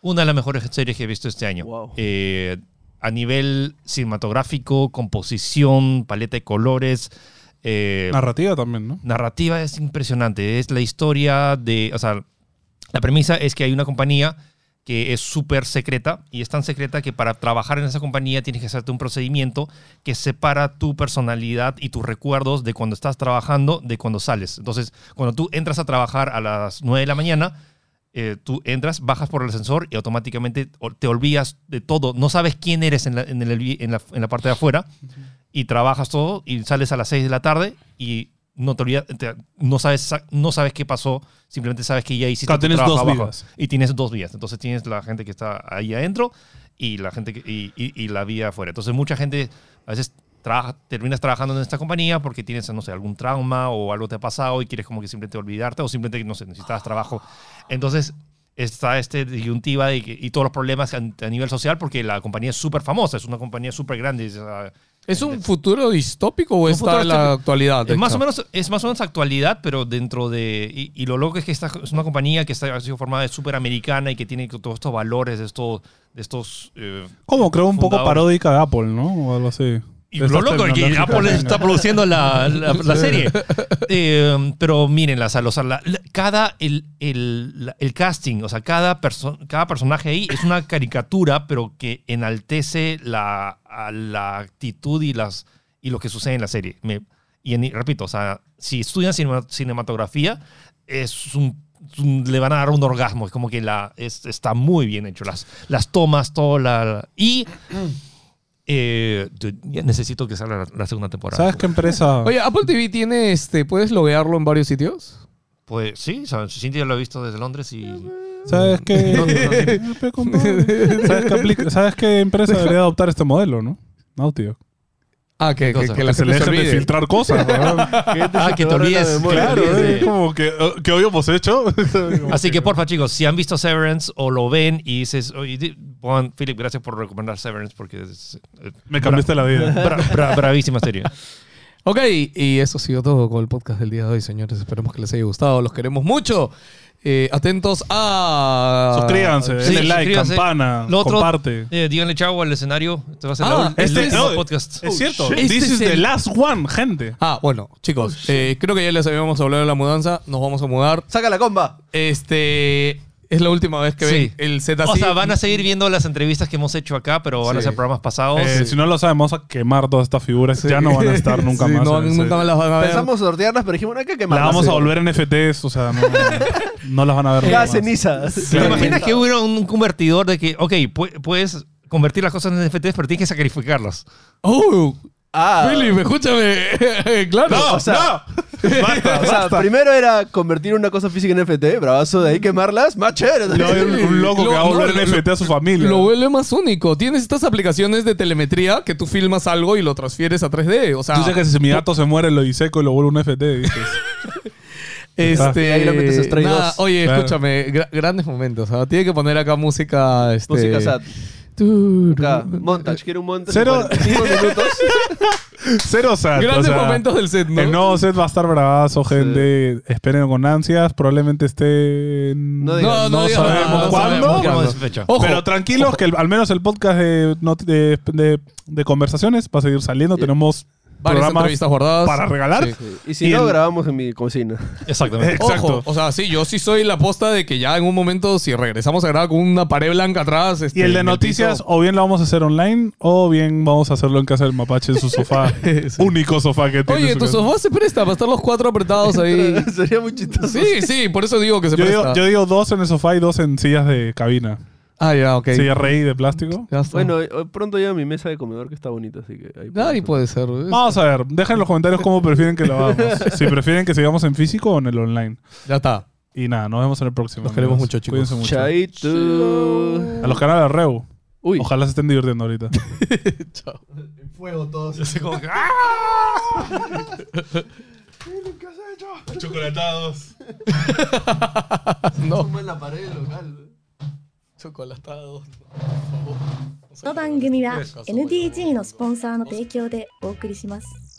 D: una de las mejores series que he visto este año.
B: Wow.
D: Eh, a nivel cinematográfico, composición, paleta de colores. eh,
A: Narrativa también, ¿no?
D: narrativa es impresionante. Es la historia de. O sea, la premisa es que hay una compañía que es súper secreta y es tan secreta que para trabajar en esa compañía tienes que hacerte un procedimiento que separa tu personalidad y tus recuerdos de cuando estás trabajando de cuando sales. Entonces, cuando tú entras a trabajar a las 9 de la mañana, eh, tú entras, bajas por el ascensor y automáticamente o- te olvidas de todo. No sabes quién eres en la, en el- en la- en la parte de afuera y trabajas todo y sales a las 6 de la tarde y no te olvidas, te- no, sabes, no sabes qué pasó, simplemente sabes que ya hiciste
A: Claro,
D: tu
A: tienes
D: trabajo
A: dos
D: abajo.
A: vidas.
D: Y tienes dos vías. Entonces tienes la gente que está ahí adentro y la gente que- y, y- y la vía afuera. Entonces mucha gente a veces trabaja- terminas trabajando en esta compañía porque tienes, no sé, algún trauma o algo te ha pasado y quieres como que simplemente olvidarte o simplemente, no sé, necesitas trabajo. Entonces está este disyuntiva de que- y todos los problemas a, a nivel social porque la compañía es súper famosa, es una compañía súper grande. es, ah,
C: ¿Es un futuro Eh, distópico o
D: Un
C: está
D: futuro
C: en la actualidad?
D: es más, o
C: Héctor?
D: menos, es más o menos actualidad, pero dentro de... Y, y lo loco es que esta es una compañía que está, ha sido formada de superamericana y que tiene todos estos valores, de estos... De estos eh,
A: Como creo un poco
D: Fundador.
A: paródica de Apple, ¿no? O algo así.
D: y
A: De
D: lo
A: estas
D: loco es que
A: tecnológicas.
D: Apple está produciendo la, la- la serie. Eh, pero miren, o sea, los- la- la- cada el, el- la- el casting, o sea, cada, perso- cada personaje ahí es una caricatura, pero que enaltece la, a la actitud y, las, y lo que sucede en la serie. Me- y en- repito, o sea, si estudian cinema- cinematografía, es un, es un- le van a dar un orgasmo. Es como que la, es- está muy bien hecho. Las, las tomas, todo la. Y. eh, yo- ya necesito que salga la, la segunda temporada.
A: ¿Sabes qué empresa?
C: Oye, Apple TV tiene este. ¿Puedes loguearlo en varios sitios?
D: Pues sí, o sea, Cindy ya lo ha visto desde Londres y.
A: ¿Sabes qué? Pe, compadre. ¿Sabes qué, aplica- ¿Sabes qué empresa debería adoptar este modelo, no? No, tío.
C: Ah, que, que,
D: Cosa.
C: que la
A: Que se
C: gente
A: le
C: se
A: dejen de
C: olvide.
A: filtrar cosas, ¿verdad?
D: Ah, que te olvides. que te
A: Claro,
D: olvides de-
A: es como que, eh, ¿qué habíamos hecho?
D: Así que porfa, chicos, si han visto Severance o lo ven y dices, oye, di- Juan, Philip, gracias por recomendar Severance porque es. eh,
A: Me cambiaste la vida.
D: bra- bra- bravísima serie.
C: Ok, y eso ha sido todo con el podcast del día de hoy, señores. Esperemos que les haya gustado. Los queremos mucho. Eh, atentos a.
A: Suscríbanse,
D: Sí,
A: denle like,
D: suscríbanse.
A: campana,
D: Lo otro,
A: comparte.
D: eh, díganle chao al escenario. Este va a ser la
C: Ah,
D: ul- el
A: este-
D: último
A: no,
D: podcast.
A: Es cierto,
C: shit.
A: this
C: Este
A: is
C: es
A: the
C: el-
A: last one, gente.
C: Ah, bueno, chicos, eh, creo que ya les habíamos hablado de la mudanza. Nos vamos a mudar.
B: ¡Saca la comba!
C: Este. Es la última vez que
D: Sí.
C: ven el Z
D: O sea, van a seguir viendo las entrevistas que hemos hecho acá, pero van a
C: Sí.
D: ser programas pasados.
A: Eh,
D: Oh, Sí.
A: Si no lo sabemos, a quemar todas estas figuras. Ya no van a estar nunca más.
C: No,
A: en ese-
C: nunca más las van a ver.
B: Pensamos sortearlas, pero dijimos, no hay que
A: la
B: quemarlas.
A: vamos a
B: Sí.
A: volver en FTs, o sea, no, no las van a ver. nunca
B: Cada
A: más.
B: ceniza.
D: ¿Te
A: Claro.
D: imaginas que hubiera un convertidor de que, ok, pu- puedes convertir las cosas en NFTs, pero tienes que sacrificarlas?
C: ¡Oh!
B: Ah,
C: Philip, escúchame. claro.
A: No,
B: O sea-
A: no. Basta,
B: o sea,
A: basta.
B: primero era convertir una cosa física en FT, bravazo, de ahí quemarlas, más chévere.
A: Le va a haber un, un loco
C: Lo-
A: que va a
C: no,
A: volver
C: lo-
A: NFT a su familia.
C: Lo vuelve más único. Tienes estas aplicaciones de telemetría que tú filmas algo y lo transfieres a 3D. O sea,
A: Tú dices que si mi gato se muere, lo diseco y lo vuelvo un NFT. dices. Ah.
C: este.
B: Y ahí lo metes a Stray
C: nada,
B: 2.
C: Oye,
A: Claro.
C: escúchame, gra- grandes momentos. ¿ah? Tiene que poner acá música. Este,
B: Música sad.
C: Tururú.
B: Acá, montage, quiero un montage.
A: Cero-
B: 45 minutos.
A: Cero sad.
C: Grandes
A: o sea,
C: momentos del set, ¿no?
A: El nuevo set va a estar bravazo, gente. Esperen con ansias. Probablemente esté. en-
B: No digas.
C: no, no,
A: No
C: digas nada,
A: sabemos
C: Ah, no
A: cuándo.
C: sabemos
D: Queremos
C: cuándo.
D: fecha.
C: Ojo,
A: Pero tranquilos, que el- al menos el podcast de, not- de, de- de conversaciones va a seguir saliendo. Tenemos
C: varias
A: programas
C: entrevistas guardadas.
A: para regalar.
C: Sí.
B: Y si
A: Y
B: no,
A: el-
B: grabamos en mi cocina.
D: Exactamente.
A: Exacto.
C: Ojo, o sea, sí, yo sí soy la aposta de que ya en un momento, si regresamos a grabar con una pared blanca atrás. este,
A: Y el de
C: en
A: noticias,
C: piso-
A: o bien lo vamos a hacer online, o bien vamos a hacerlo en casa del mapache en su sofá. Único sofá que tiene.
C: Oye,
A: su
C: tu
A: casa.
C: sofá se presta para estar los cuatro apretados ahí.
B: Sería muy chistoso.
C: Sí, sí, por eso digo que se
A: Yo
C: presta.
A: digo, yo digo dos en el sofá y dos en sillas de cabina.
C: Ah, ya, ok.
A: Silla rey de plástico.
C: Ya está.
B: Bueno, eh, pronto llega mi mesa de comedor que está bonita, así que ahí
C: Ay,
B: podemos-
C: puede ser. ¿ves?
A: Vamos a ver, dejen en los comentarios cómo prefieren que lo hagamos. si prefieren que sigamos en físico o en el online.
C: Ya está.
A: Y nada, nos vemos en el próximo.
C: Los queremos
A: amigos.
C: mucho, chicos.
A: Cuídense mucho.
B: Chaito.
A: A los canales de Reu.
B: Uy.
A: Ojalá se estén divirtiendo ahorita.
C: Chao.
B: Fuego todos.
D: Así como que, ¡ah!
A: Chocolatados.
C: No.
B: la pared local.
C: Chocolatados.
E: この番組は NDG のスポンサーの提供でお送りします。